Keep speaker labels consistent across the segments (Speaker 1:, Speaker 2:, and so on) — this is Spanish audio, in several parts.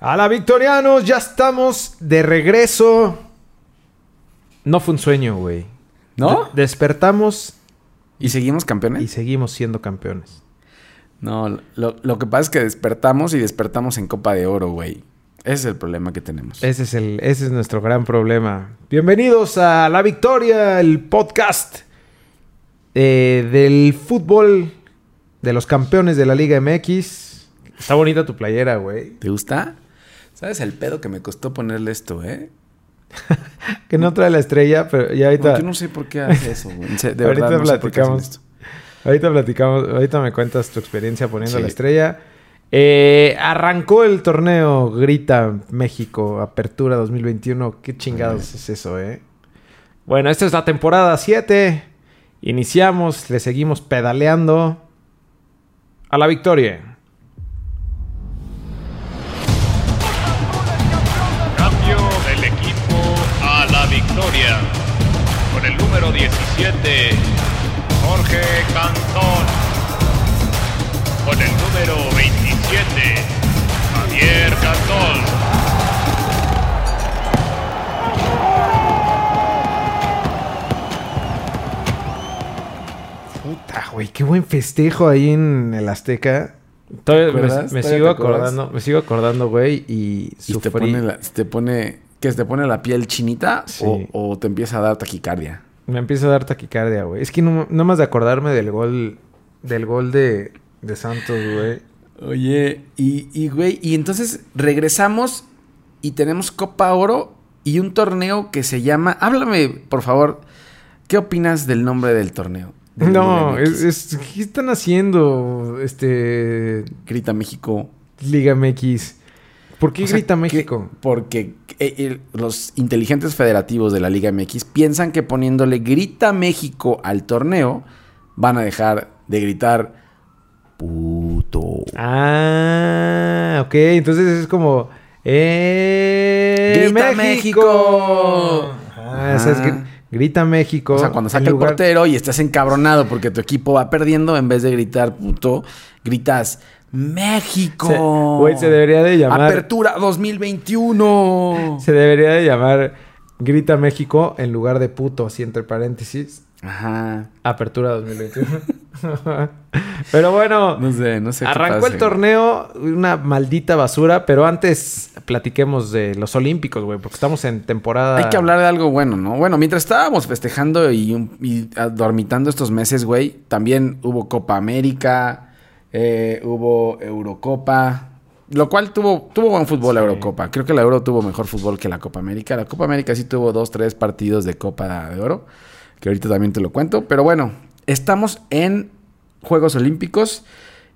Speaker 1: A la victorianos, ya estamos de regreso. No fue un sueño, güey.
Speaker 2: ¿No? ¿Eh?
Speaker 1: De- despertamos
Speaker 2: ¿Y seguimos campeones?
Speaker 1: y seguimos siendo campeones.
Speaker 2: No, lo, lo que pasa es que despertamos y despertamos en Copa de Oro, güey. Ese es el problema que tenemos.
Speaker 1: Ese es, el, ese es nuestro gran problema. Bienvenidos a La Victoria, el podcast eh, del fútbol de los campeones de la Liga MX. Está bonita tu playera, güey.
Speaker 2: ¿Te gusta? ¿Sabes el pedo que me costó ponerle esto, eh?
Speaker 1: Que no trae la estrella, pero ya ahorita,
Speaker 2: Yo no sé por qué hace eso, güey. En se- De
Speaker 1: Ahorita
Speaker 2: verdad, no sé por qué hacen
Speaker 1: platicamos.
Speaker 2: esto.
Speaker 1: ahorita platicamos, ahorita me cuentas tu experiencia poniendo
Speaker 2: Sí.
Speaker 1: la estrella. Eh, arrancó el torneo Grita México, Apertura 2021. Qué chingados es eso, eh. Bueno, esta es la temporada 7. Iniciamos, le seguimos pedaleando a la victoria.
Speaker 3: Cambio del equipo a la victoria. Con el número 17, Jorge Cantón. Con el número 27, Javier Cantón.
Speaker 1: Puta, güey, qué buen festejo ahí en el Azteca. Todavía me-
Speaker 2: acuerdas?
Speaker 1: me,
Speaker 2: ¿Todavía
Speaker 1: sigo
Speaker 2: te acuerdas?
Speaker 1: acordando, me sigo acordando, güey, y,
Speaker 2: Y te
Speaker 1: sufrí.
Speaker 2: pone, la, te pone... ¿Qué? ¿Te pone la piel chinita
Speaker 1: Sí.
Speaker 2: o, o te empieza a dar taquicardia?
Speaker 1: Me empieza a dar taquicardia, güey. Es que no, no más de acordarme del gol, del gol de, de Santos, güey.
Speaker 2: Oye, y, y, güey, y entonces regresamos y tenemos Copa Oro y un torneo que se llama. Háblame, por favor, ¿qué opinas del nombre del torneo? Del
Speaker 1: No,
Speaker 2: Liga
Speaker 1: es,
Speaker 2: MX.
Speaker 1: es- ¿qué están haciendo, este,
Speaker 2: Grita México.
Speaker 1: Liga MX? ¿Por qué
Speaker 2: O sea,
Speaker 1: grita
Speaker 2: que-
Speaker 1: México?
Speaker 2: porque eh, eh, los inteligentes federativos de la Liga MX piensan que poniéndole Grita México al torneo van a dejar de gritar puto.
Speaker 1: Ah, ok. Entonces es como... ¡Eh,
Speaker 2: ¡Grita México!
Speaker 1: Ah, o sea, es
Speaker 2: Ajá.
Speaker 1: gr- grita México.
Speaker 2: O sea, cuando saca
Speaker 1: en lugar-
Speaker 2: el portero y estás encabronado porque tu equipo va perdiendo, en vez de gritar puto, gritas México.
Speaker 1: Se- Güey, se debería de llamar...
Speaker 2: Apertura 2021.
Speaker 1: Se debería de llamar Grita México en lugar de puto, así entre paréntesis.
Speaker 2: Ajá.
Speaker 1: Apertura 2021. pero bueno,
Speaker 2: No sé, no sé. qué
Speaker 1: arrancó
Speaker 2: pase.
Speaker 1: el torneo, una maldita basura, pero antes platiquemos de los Olímpicos, güey, porque estamos en temporada.
Speaker 2: Hay que hablar de algo bueno, ¿no? Bueno, mientras estábamos festejando y, un- y adormitando estos meses, güey, también hubo Copa América, eh, hubo Eurocopa, lo cual tuvo, tuvo buen fútbol la
Speaker 1: Sí.
Speaker 2: Eurocopa. Creo que la Euro tuvo mejor fútbol que la Copa América. La Copa América sí tuvo dos, tres partidos de Copa de Oro, que ahorita también te lo cuento. Pero bueno, estamos en Juegos Olímpicos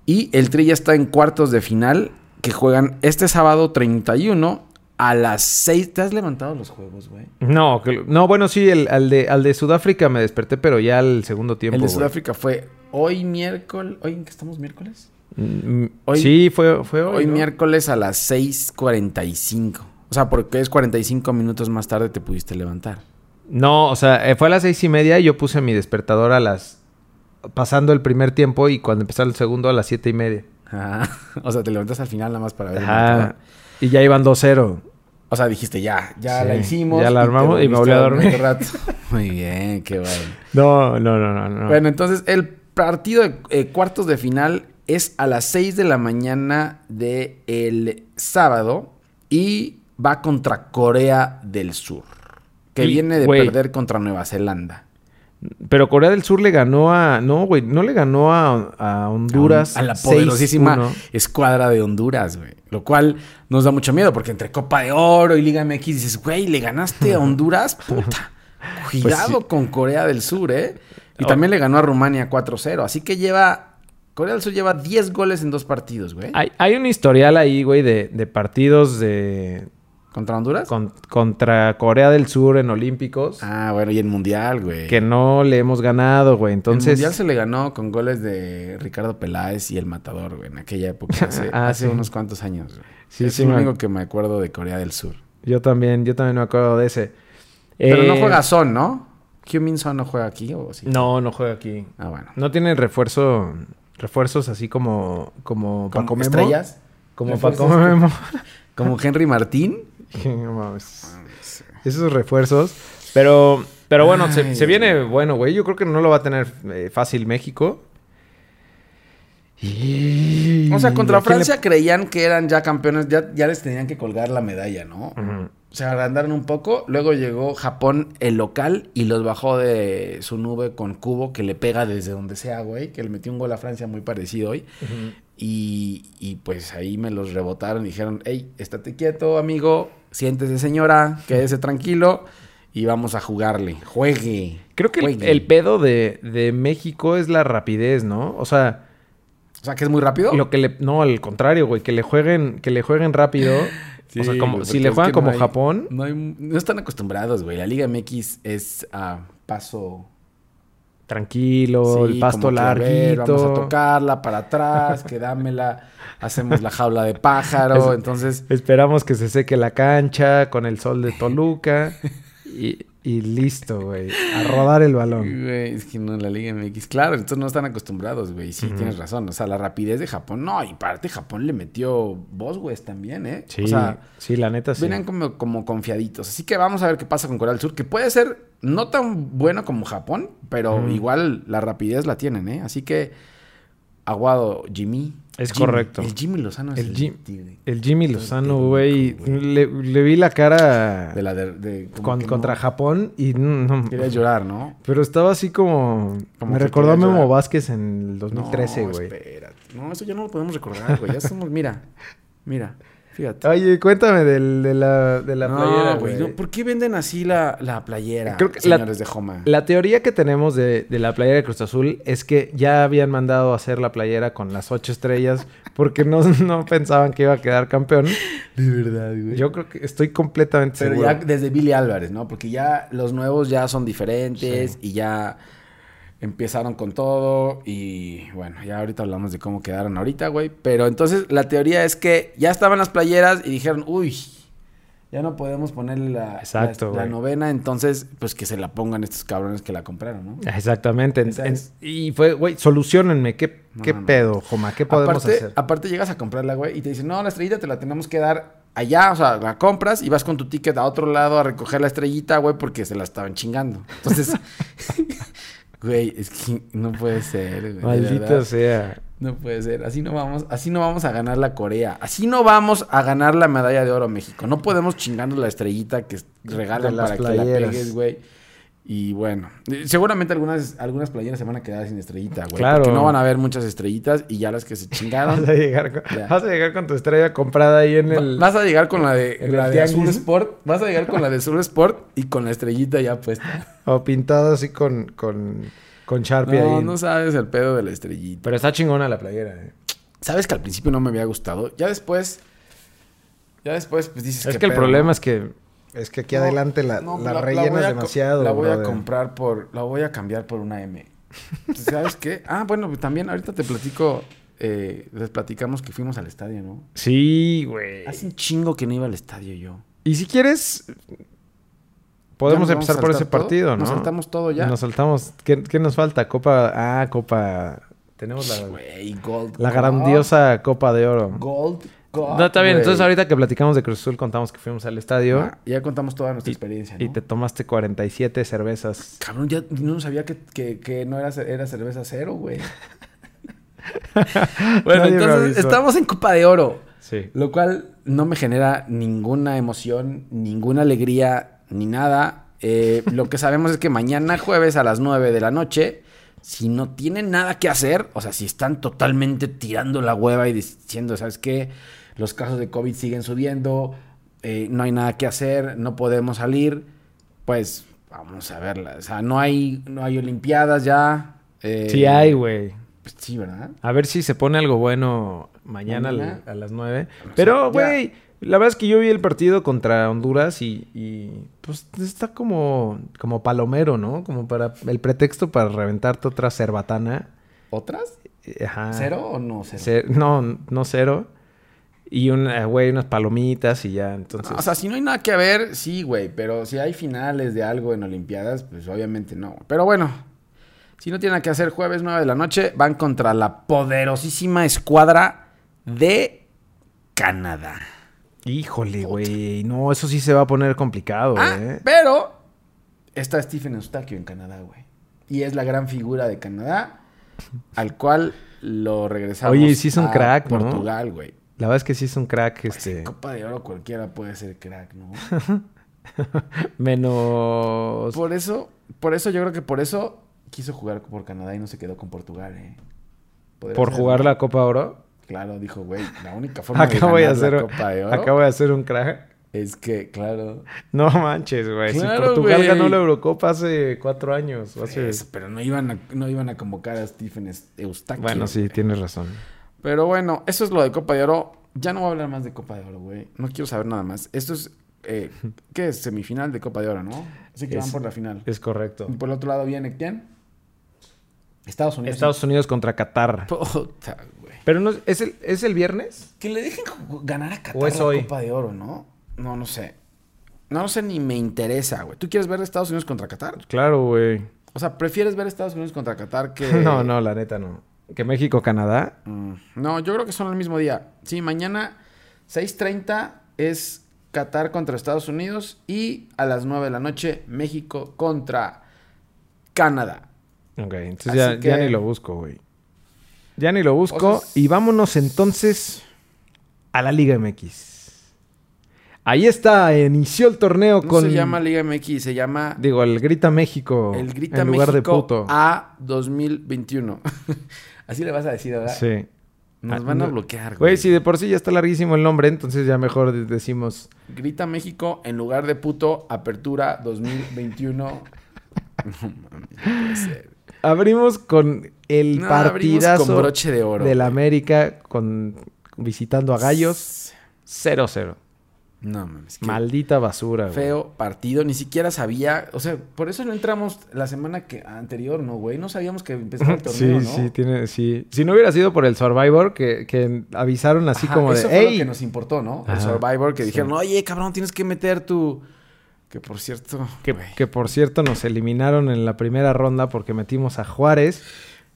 Speaker 2: y el Tri ya está en cuartos de final que juegan este sábado 31 a las 6. ¿Te has levantado los juegos, güey?
Speaker 1: No, que- no, bueno, sí, el, al, de, al de Sudáfrica me desperté, pero ya al segundo tiempo.
Speaker 2: el de
Speaker 1: güey.
Speaker 2: Sudáfrica fue hoy miércoles. ¿Hoy en qué estamos miércoles?
Speaker 1: Mm,
Speaker 2: Hoy-
Speaker 1: sí, fue, fue hoy.
Speaker 2: Hoy
Speaker 1: ¿no?
Speaker 2: miércoles a las 6:45. O sea, porque es 45 minutos más tarde te pudiste levantar.
Speaker 1: No, o sea, eh, fue a las seis y media y yo puse mi despertador a las. pasando el primer tiempo y cuando empezaba el segundo a las siete y media.
Speaker 2: Ah, o sea, te levantas al final nada más para ver. el marcador.
Speaker 1: Ajá. Y ya iban 2-0.
Speaker 2: O sea, dijiste ya, ya
Speaker 1: Sí,
Speaker 2: la hicimos.
Speaker 1: ya la
Speaker 2: te
Speaker 1: armamos y me volví a
Speaker 2: dormiste
Speaker 1: dormir.
Speaker 2: otro rato. Muy bien, qué bueno.
Speaker 1: No, no, no, no. no.
Speaker 2: Bueno, entonces el partido de eh, cuartos de final es a las 6 de la mañana del sábado y va contra Corea del Sur, que
Speaker 1: Y,
Speaker 2: viene de
Speaker 1: güey.
Speaker 2: perder contra Nueva Zelanda.
Speaker 1: Pero Corea del Sur le ganó a. No, güey, no le ganó a, a Honduras.
Speaker 2: A la poderosísima
Speaker 1: 6-1.
Speaker 2: escuadra de Honduras, güey. Lo cual nos da mucho miedo porque entre Copa de Oro y Liga MX dices, güey, le ganaste a Honduras,
Speaker 1: Pues
Speaker 2: puta. Cuidado con Corea del Sur, ¿eh? Y
Speaker 1: Oh.
Speaker 2: también le ganó a Rumania 4-0. Así que lleva. Corea del Sur lleva 10 goles en dos partidos, güey.
Speaker 1: Hay, hay un historial ahí, güey, de, de partidos de.
Speaker 2: ¿Contra Honduras?
Speaker 1: con- contra Corea del Sur en Olímpicos.
Speaker 2: Ah, bueno, y el Mundial, güey.
Speaker 1: Que no le hemos ganado, güey.
Speaker 2: el
Speaker 1: Entonces.
Speaker 2: Mundial se le ganó con goles de Ricardo Peláez y el Matador, güey, en aquella época, hace,
Speaker 1: Ah,
Speaker 2: hace
Speaker 1: sí.
Speaker 2: unos cuantos años. güey.
Speaker 1: Sí,
Speaker 2: es
Speaker 1: sí,
Speaker 2: lo
Speaker 1: me-
Speaker 2: único que me acuerdo de Corea del Sur.
Speaker 1: Yo también, yo también me acuerdo de ese.
Speaker 2: Pero no
Speaker 1: Eh,
Speaker 2: juega Son, ¿no? Min Son no juega aquí o sí.
Speaker 1: No, no juega aquí.
Speaker 2: Ah, bueno.
Speaker 1: No tiene refuerzo. Refuerzos así como. Como
Speaker 2: ¿Como
Speaker 1: Paco Memo. Ah.
Speaker 2: estrellas?
Speaker 1: Como
Speaker 2: Me
Speaker 1: Paco
Speaker 2: fuerzas tú.
Speaker 1: Memo.
Speaker 2: Como Henry Martín.
Speaker 1: No mames. Esos refuerzos. Pero, pero bueno, se,
Speaker 2: Ay.
Speaker 1: se viene bueno, güey. Yo creo que no lo va a tener eh, fácil México. Y-
Speaker 2: O sea,
Speaker 1: ¿a
Speaker 2: contra
Speaker 1: quién le-
Speaker 2: Francia creían que eran ya campeones, ya, ya les tenían que colgar la medalla, ¿no?
Speaker 1: Ujú.
Speaker 2: Se agrandaron un poco, luego llegó Japón, el local, y los bajó de su nube con Cubo, que le pega desde donde sea, güey, que le metió un gol a Francia muy parecido hoy. Y, y, pues ahí me los rebotaron y dijeron, hey, estate quieto, amigo, siéntese señora, quédese tranquilo y vamos a jugarle. Juegue.
Speaker 1: Creo que el,
Speaker 2: juegue".
Speaker 1: el pedo de, de México es la rapidez, ¿no? O sea,
Speaker 2: O sea, que es muy rápido.
Speaker 1: lo que le. No, al contrario, güey. Que le jueguen, que le jueguen rápido. o sea, como, si le juegan como Japón.
Speaker 2: No, hay- no están acostumbrados, güey. La Liga MX es a paso...
Speaker 1: tranquilo,
Speaker 2: Sí,
Speaker 1: el pasto
Speaker 2: como que, a ver,
Speaker 1: larguito.
Speaker 2: vamos a tocarla para atrás, que dámela. Hacemos la jaula de pájaro.
Speaker 1: Es-
Speaker 2: entonces,
Speaker 1: Esperamos que se seque la cancha con el sol de Toluca. y, y listo, güey. A rodar el balón.
Speaker 2: güey, es que no, la Liga MX. Claro, entonces no están acostumbrados, güey. Sí,
Speaker 1: Ujú.
Speaker 2: tienes razón. O sea, la rapidez de Japón. No, y parte Japón le metió Boswes también, ¿eh?
Speaker 1: Sí,
Speaker 2: O sea,
Speaker 1: sí, la neta sí.
Speaker 2: venían como, como confiaditos. Así que vamos a ver qué pasa con Corea del Sur, que puede ser no tan bueno como Japón, pero
Speaker 1: Ujú.
Speaker 2: igual la rapidez la tienen, ¿eh? Así que, aguado, Jimmy.
Speaker 1: Es
Speaker 2: Jimmy.
Speaker 1: correcto.
Speaker 2: El Jimmy Lozano es
Speaker 1: El
Speaker 2: el
Speaker 1: Jim-
Speaker 2: tigre.
Speaker 1: El Jimmy Lozano, güey.
Speaker 2: Tonto, güey.
Speaker 1: Le, le vi la cara
Speaker 2: De la de, de- como
Speaker 1: con-
Speaker 2: que no-
Speaker 1: contra Japón y no- no,
Speaker 2: Quería llorar, ¿no?
Speaker 1: Pero estaba así como.
Speaker 2: Como
Speaker 1: me
Speaker 2: que
Speaker 1: recordó a
Speaker 2: quería
Speaker 1: Memo
Speaker 2: llorar.
Speaker 1: Vázquez en el 2013,
Speaker 2: No,
Speaker 1: güey.
Speaker 2: espérate. No, eso ya no lo podemos recordar, güey. Ya somos, mira, mira, fíjate.
Speaker 1: Oye, cuéntame del- de la, de la playera,
Speaker 2: no, güey, no, ¿por qué venden así la, la playera,
Speaker 1: Creo que la-
Speaker 2: señores de Joma?
Speaker 1: La teoría que tenemos de, de la playera de Cruz Azul es que ya habían mandado a hacer la playera con las ocho estrellas porque no, no pensaban que iba a quedar campeón.
Speaker 2: De verdad, güey.
Speaker 1: Yo creo que estoy completamente
Speaker 2: Pero
Speaker 1: seguro.
Speaker 2: ya desde Billy Álvarez, ¿no? Porque ya los nuevos ya son diferentes y ya empezaron con todo y bueno, ya ahorita hablamos de cómo quedaron ahorita, güey. Pero entonces la teoría es que ya estaban las playeras y dijeron, uy, ya no podemos ponerle la,
Speaker 1: Exacto,
Speaker 2: la, la
Speaker 1: güey.
Speaker 2: novena, entonces pues que se la pongan estos cabrones que la compraron, ¿no?
Speaker 1: Exactamente. En-
Speaker 2: Esa
Speaker 1: en-
Speaker 2: es.
Speaker 1: y fue, güey, solucionenme. ¿Qué,
Speaker 2: No,
Speaker 1: qué
Speaker 2: no, no.
Speaker 1: pedo, Joma? ¿Qué podemos
Speaker 2: aparte,
Speaker 1: hacer?
Speaker 2: aparte llegas a comprarla, güey, y te dicen, no, la estrellita te la tenemos que dar allá, o sea, la compras y vas con tu ticket a otro lado a recoger la estrellita, güey, porque se la estaban chingando. Entonces, güey, es que no puede ser, güey. de
Speaker 1: Maldita
Speaker 2: verdad.
Speaker 1: sea.
Speaker 2: No puede ser. Así no vamos, así no vamos a ganar la Corea. Así no vamos a ganar la medalla de oro a México. No podemos chingarnos la estrellita que
Speaker 1: De
Speaker 2: regalan
Speaker 1: las
Speaker 2: para que la
Speaker 1: playeras.
Speaker 2: pegues, güey. Y bueno, eh, seguramente algunas, algunas playeras se van a quedar sin estrellita, güey.
Speaker 1: Claro.
Speaker 2: Porque no van a haber muchas estrellitas y ya las que se
Speaker 1: Vas
Speaker 2: chingaron.
Speaker 1: a, llegar con,
Speaker 2: Ya.
Speaker 1: vas a llegar con tu estrella comprada ahí en el.
Speaker 2: Vas a llegar con la de,
Speaker 1: en
Speaker 2: la
Speaker 1: el
Speaker 2: de Azul
Speaker 1: tianguis.
Speaker 2: Sport. Vas a llegar con la de Azul Sport y con la estrellita ya puesta.
Speaker 1: O pintado así con, con, con Sharpie
Speaker 2: No,
Speaker 1: ahí.
Speaker 2: no sabes el pedo de la estrellita.
Speaker 1: Pero está chingona la playera, eh.
Speaker 2: Sabes que al principio no me había gustado. Ya después. Ya después, pues dices
Speaker 1: Es, que el
Speaker 2: pedo,
Speaker 1: problema
Speaker 2: ¿no?
Speaker 1: es que. Es que aquí
Speaker 2: No,
Speaker 1: adelante la,
Speaker 2: no,
Speaker 1: la,
Speaker 2: voy
Speaker 1: rellenas
Speaker 2: a co-
Speaker 1: demasiado.
Speaker 2: La voy a
Speaker 1: brother.
Speaker 2: comprar por. La voy a cambiar por una M. ¿Sabes qué? Ah, bueno, pues también ahorita te platico. eh, les platicamos que fuimos al estadio, ¿no?
Speaker 1: Sí, güey.
Speaker 2: Hace un chingo que no iba al estadio yo.
Speaker 1: Y si quieres.
Speaker 2: ¿Ya nos
Speaker 1: Podemos
Speaker 2: vamos a
Speaker 1: empezar por ese
Speaker 2: saltar todo?
Speaker 1: partido, ¿no?
Speaker 2: Nos saltamos todo ya.
Speaker 1: Nos saltamos. ¿Qué, qué nos falta? Copa. Ah, Copa. Tenemos la,
Speaker 2: Güey, Gold.
Speaker 1: la
Speaker 2: Cup.
Speaker 1: grandiosa Copa de Oro.
Speaker 2: Gold. Cup,
Speaker 1: No, está bien.
Speaker 2: güey.
Speaker 1: Entonces, ahorita que platicamos de Cruz Azul, contamos que fuimos al estadio
Speaker 2: Ah, ya contamos toda nuestra experiencia, ¿no?
Speaker 1: y te tomaste 47 cervezas.
Speaker 2: Cabrón, ya no sabía que, que- que no era, ce- era cerveza cero, güey. bueno,
Speaker 1: Nadie me
Speaker 2: entonces
Speaker 1: avisó.
Speaker 2: estamos Eh, en Copa de Oro,
Speaker 1: Sí.
Speaker 2: lo cual no me genera ninguna emoción, ninguna alegría, ni nada. Eh, lo que sabemos es que mañana jueves a las 9 de la noche, si no tienen nada que hacer, o sea, si están totalmente tirando la hueva y diciendo, ¿sabes qué? Los casos de COVID siguen subiendo, eh, no hay nada que hacer, no podemos salir pues vamos a verla. O sea, no hay, no hay Olimpiadas ya. eh,
Speaker 1: Sí, hay, güey.
Speaker 2: pues sí, ¿verdad?
Speaker 1: A ver si se pone algo bueno mañana al-
Speaker 2: Mañana.
Speaker 1: a las 9. Pero,
Speaker 2: ya.
Speaker 1: güey, la verdad es que yo vi el partido contra Honduras y, y, pues está como, como palomero, ¿no? Como para el pretexto para reventarte otra cerbatana.
Speaker 2: ¿Otras?
Speaker 1: Eh, Ajá.
Speaker 2: ¿Cero o no cero?
Speaker 1: Ce- no, no cero. Y, una, güey, unas palomitas y ya, entonces...
Speaker 2: No, o sea, si no hay nada que ver, sí, güey. Pero si hay finales de algo en Olimpiadas, pues obviamente no. Pero bueno, si no tienen nada que hacer, jueves 9 de la noche van contra la poderosísima escuadra de Canadá.
Speaker 1: Híjole, güey. No, eso sí se va a poner complicado,
Speaker 2: Ah,
Speaker 1: ¿eh?
Speaker 2: pero está Stephen Eustaquio en Canadá, güey. Y es la gran figura de Canadá, al cual lo regresamos
Speaker 1: Oye, y sí es un
Speaker 2: a
Speaker 1: crack, ¿no?
Speaker 2: Portugal, güey.
Speaker 1: La verdad es que sí es un crack, este.
Speaker 2: Copa de oro cualquiera puede ser crack, ¿no?
Speaker 1: Menos.
Speaker 2: Por eso, por eso yo creo que por eso quiso jugar por Canadá y no se quedó con Portugal, ¿eh? Podría
Speaker 1: Por
Speaker 2: ser,
Speaker 1: jugar
Speaker 2: ¿no?
Speaker 1: la Copa Oro.
Speaker 2: Claro, dijo, güey, la única forma
Speaker 1: Acabo
Speaker 2: de
Speaker 1: de,
Speaker 2: ganar
Speaker 1: hacer,
Speaker 2: la Copa de Oro
Speaker 1: acabo de hacer un crack.
Speaker 2: es que, claro,
Speaker 1: No manches, güey. si
Speaker 2: Claro,
Speaker 1: Portugal
Speaker 2: güey.
Speaker 1: ganó la Eurocopa hace cuatro años. o hace-
Speaker 2: es- pero no iban a, no iban a convocar a Stephen Eustaquio.
Speaker 1: Bueno, sí, tienes razón.
Speaker 2: Pero bueno, eso es lo de Copa de Oro. Ya no voy a hablar más de Copa de Oro, güey. No quiero saber nada más. Esto es, eh, ¿qué es? Semifinal de Copa de Oro, ¿no? Así que van
Speaker 1: Es-
Speaker 2: por la final.
Speaker 1: Es correcto.
Speaker 2: Y por el otro lado viene, ¿quién? Estados Unidos.
Speaker 1: Estados Unidos contra Qatar.
Speaker 2: Puta, güey.
Speaker 1: Pero no, ¿es el, ¿es el viernes?
Speaker 2: Que le dejen ju- ganar a Qatar
Speaker 1: ¿O es
Speaker 2: la
Speaker 1: hoy?
Speaker 2: Copa de Oro, ¿no? No, no sé. No, no sé ni me interesa, güey. ¿Tú quieres ver Estados Unidos contra Qatar?
Speaker 1: Claro, güey.
Speaker 2: O sea, ¿prefieres ver Estados Unidos contra Qatar que...?
Speaker 1: No, no, la neta no. ¿Que México-Canadá?
Speaker 2: Mm, No, yo creo que son el mismo día. Sí, mañana 6.30 es Qatar contra Estados Unidos y a las 9 de la noche México contra Canadá.
Speaker 1: Ok, entonces
Speaker 2: Así
Speaker 1: ya, ya
Speaker 2: que-
Speaker 1: ni lo busco, güey. Ya ni lo busco.
Speaker 2: O sea,
Speaker 1: y vámonos entonces a la Liga MX. Ahí está, inició el torneo
Speaker 2: No
Speaker 1: con...
Speaker 2: se llama Liga MX, se llama
Speaker 1: Digo, el Grita México.
Speaker 2: el Grita
Speaker 1: En lugar
Speaker 2: México ah,
Speaker 1: de puto.
Speaker 2: a 2021. Así le vas a decir, ¿verdad?
Speaker 1: sí.
Speaker 2: Nos
Speaker 1: Ah,
Speaker 2: van a
Speaker 1: no.
Speaker 2: bloquear, güey.
Speaker 1: Güey, si de por sí ya está larguísimo el nombre, entonces ya mejor de- decimos...
Speaker 2: Grita México en lugar de puto, apertura 2021. No mames, no puede ser.
Speaker 1: Abrimos con el
Speaker 2: No, abrimos
Speaker 1: partidazo
Speaker 2: con broche de oro.
Speaker 1: del
Speaker 2: güey.
Speaker 1: América con visitando a Gallos 0-0.
Speaker 2: No mames. qué
Speaker 1: Maldita basura, güey.
Speaker 2: Feo partido, ni siquiera sabía, o sea, por eso no entramos la semana que anterior, ¿no, güey? No sabíamos que empezaba el
Speaker 1: Sí,
Speaker 2: este torneo, ¿no?
Speaker 1: sí, tiene, sí. Si no hubiera sido por el Survivor, que, que avisaron así
Speaker 2: Ajá,
Speaker 1: como de,
Speaker 2: eso fue
Speaker 1: "Ey".
Speaker 2: lo que nos importó, ¿no? El
Speaker 1: Ajá,
Speaker 2: Survivor que
Speaker 1: sí.
Speaker 2: dijeron, oye, cabrón, tienes que meter tu... Que por cierto,
Speaker 1: que,
Speaker 2: güey,
Speaker 1: que, por cierto nos eliminaron en la primera ronda porque metimos a Juárez.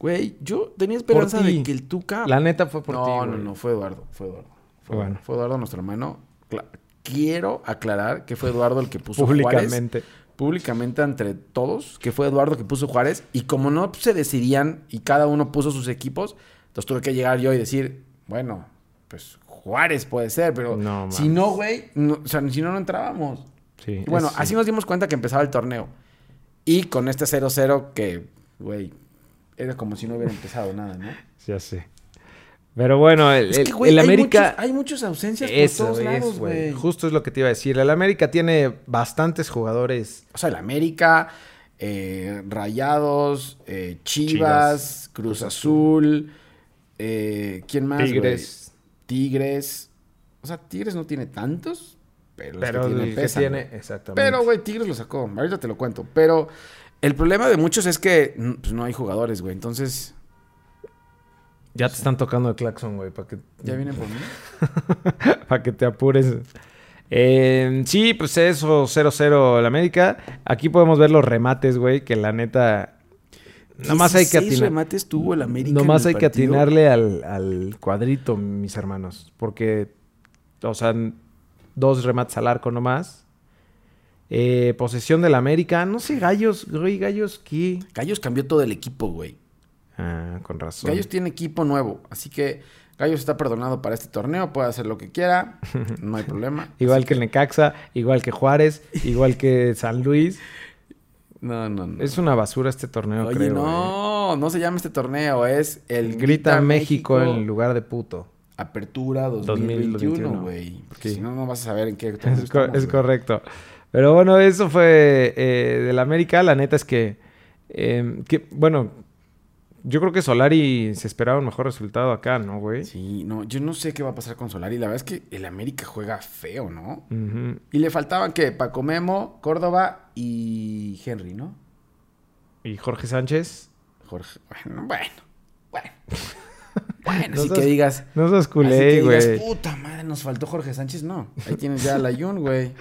Speaker 2: güey, yo tenía esperanza
Speaker 1: Por ti.
Speaker 2: de que el Tuca...
Speaker 1: La neta fue por
Speaker 2: Ah. no,
Speaker 1: ti,
Speaker 2: no,
Speaker 1: güey.
Speaker 2: no, fue Eduardo, fue Eduardo. Fue,
Speaker 1: Bueno.
Speaker 2: Eduardo, fue Eduardo nuestro hermano. Cla- Quiero aclarar que fue Eduardo el que puso Juárez.
Speaker 1: Públicamente.
Speaker 2: públicamente entre todos, que fue Eduardo que puso Juárez, y como no se decidían y cada uno puso sus equipos, entonces tuve que llegar yo y decir, bueno, pues Juárez puede ser, pero
Speaker 1: No,
Speaker 2: si
Speaker 1: mames.
Speaker 2: no, güey, no- o sea, si no, no entrábamos.
Speaker 1: Sí,
Speaker 2: Y bueno,
Speaker 1: es-
Speaker 2: así nos dimos cuenta que empezaba el torneo. Y con este 0-0 que, güey, era como si no hubiera empezado nada, ¿no?
Speaker 1: Ya sé. Pero bueno, el,
Speaker 2: Es
Speaker 1: el-
Speaker 2: que, güey,
Speaker 1: el
Speaker 2: hay
Speaker 1: América...
Speaker 2: muchos- hay muchas ausencias
Speaker 1: Eso
Speaker 2: por todos
Speaker 1: es,
Speaker 2: lados,
Speaker 1: güey.
Speaker 2: güey.
Speaker 1: Justo es lo que te iba a decir. El América tiene bastantes jugadores.
Speaker 2: O sea, el América, eh, Rayados, eh, Chivas, Cruz Azul, eh, ¿quién más? güey?
Speaker 1: Tigres.
Speaker 2: Tigres. O sea, Tigres no tiene tantos, pero, los
Speaker 1: Pero
Speaker 2: que tiene
Speaker 1: el que
Speaker 2: pesan,
Speaker 1: tiene...
Speaker 2: güey.
Speaker 1: Exactamente.
Speaker 2: Pero, güey, Tigres lo sacó. Ahorita te lo cuento. Pero el problema de muchos es que mm, pues, no hay jugadores, güey. Entonces,
Speaker 1: Ya te están tocando el claxon, güey, para que,
Speaker 2: ¿ya vienen por mí?
Speaker 1: para que te apures. Eh, sí, pues eso, 0-0 el América. Aquí podemos ver los remates, güey, que la neta... Nomás hay que
Speaker 2: 16
Speaker 1: atinar.
Speaker 2: remates tuvo el América en
Speaker 1: Nomás
Speaker 2: el
Speaker 1: hay que
Speaker 2: partido.
Speaker 1: atinarle al, al cuadrito, mis hermanos. Porque, o sea, n- dos remates al arco nomás. Eh, posesión del América. No sé, Gallos, güey, Gallos, ¿qué?
Speaker 2: Gallos cambió todo el equipo, güey.
Speaker 1: Ah, con razón.
Speaker 2: Gallos tiene equipo nuevo, así que Gallos está perdonado para este torneo, puede hacer lo que quiera, no hay problema.
Speaker 1: Igual que el Necaxa, igual que Juárez, igual que San Luis.
Speaker 2: No, no, no.
Speaker 1: Es una basura este torneo,
Speaker 2: Oye,
Speaker 1: creo. eh.
Speaker 2: no, no se llama este torneo, es el
Speaker 1: Grita México en lugar de puto.
Speaker 2: Apertura
Speaker 1: 2021,
Speaker 2: 2021, güey. Porque
Speaker 1: Sí.
Speaker 2: si no, no vas a saber en qué torneo
Speaker 1: Es, cor-
Speaker 2: estamos,
Speaker 1: es
Speaker 2: güey.
Speaker 1: correcto. Pero bueno, eso fue eh, del América. La neta es que, eh, que, bueno, yo creo que Solari se esperaba un mejor resultado acá, ¿no, güey?
Speaker 2: Sí, no, yo no sé qué va a pasar con Solari. La verdad es que el América juega feo, ¿no?
Speaker 1: Ujú.
Speaker 2: Y le faltaban que Paco Memo, Córdoba y Henry, ¿no?
Speaker 1: Y Jorge Sánchez.
Speaker 2: Jorge. Bueno, bueno. Bueno. Bueno,
Speaker 1: No
Speaker 2: así
Speaker 1: seas-
Speaker 2: que digas.
Speaker 1: No seas
Speaker 2: Así
Speaker 1: culé,
Speaker 2: que digas,
Speaker 1: güey.
Speaker 2: puta madre, nos faltó Jorge Sánchez. No, ahí tienes ya a la Jun, güey.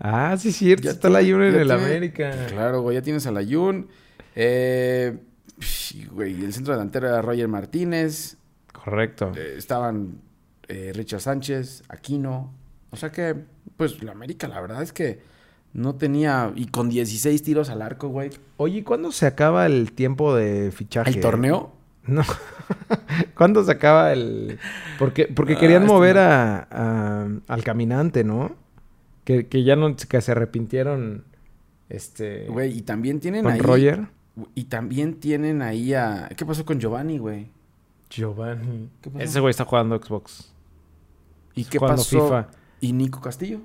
Speaker 1: Ah, sí, es cierto.
Speaker 2: Ya
Speaker 1: está la
Speaker 2: tiene-
Speaker 1: Junior
Speaker 2: ya
Speaker 1: en el
Speaker 2: tiene-
Speaker 1: América.
Speaker 2: Claro, güey, ya tienes a la Jun. Eh, sí, güey, el centro delantero era Roger Martínez.
Speaker 1: Correcto.
Speaker 2: Eh, estaban eh, Richard Sánchez, Aquino. O sea que, pues, la América, la verdad es que no tenía. Y con 16 tiros al arco, güey.
Speaker 1: Oye, ¿y ¿cuándo se acaba el tiempo de fichaje?
Speaker 2: ¿El torneo?
Speaker 1: No. ¿Cuándo se acaba el...? Porque, porque
Speaker 2: Ah,
Speaker 1: querían
Speaker 2: este
Speaker 1: mover
Speaker 2: no.
Speaker 1: a, a- al caminante, ¿no? Que, que ya no... Que se arrepintieron... Este...
Speaker 2: Güey, y también tienen
Speaker 1: con
Speaker 2: ahí.
Speaker 1: Roger.
Speaker 2: Y también tienen ahí a. ¿Qué pasó con Giovanni, güey?
Speaker 1: Giovanni.
Speaker 2: ¿Qué pasó?
Speaker 1: Ese güey está jugando Xbox.
Speaker 2: ¿Y qué
Speaker 1: Pues jugando
Speaker 2: pasó?
Speaker 1: FIFA.
Speaker 2: ¿Y Nico Castillo?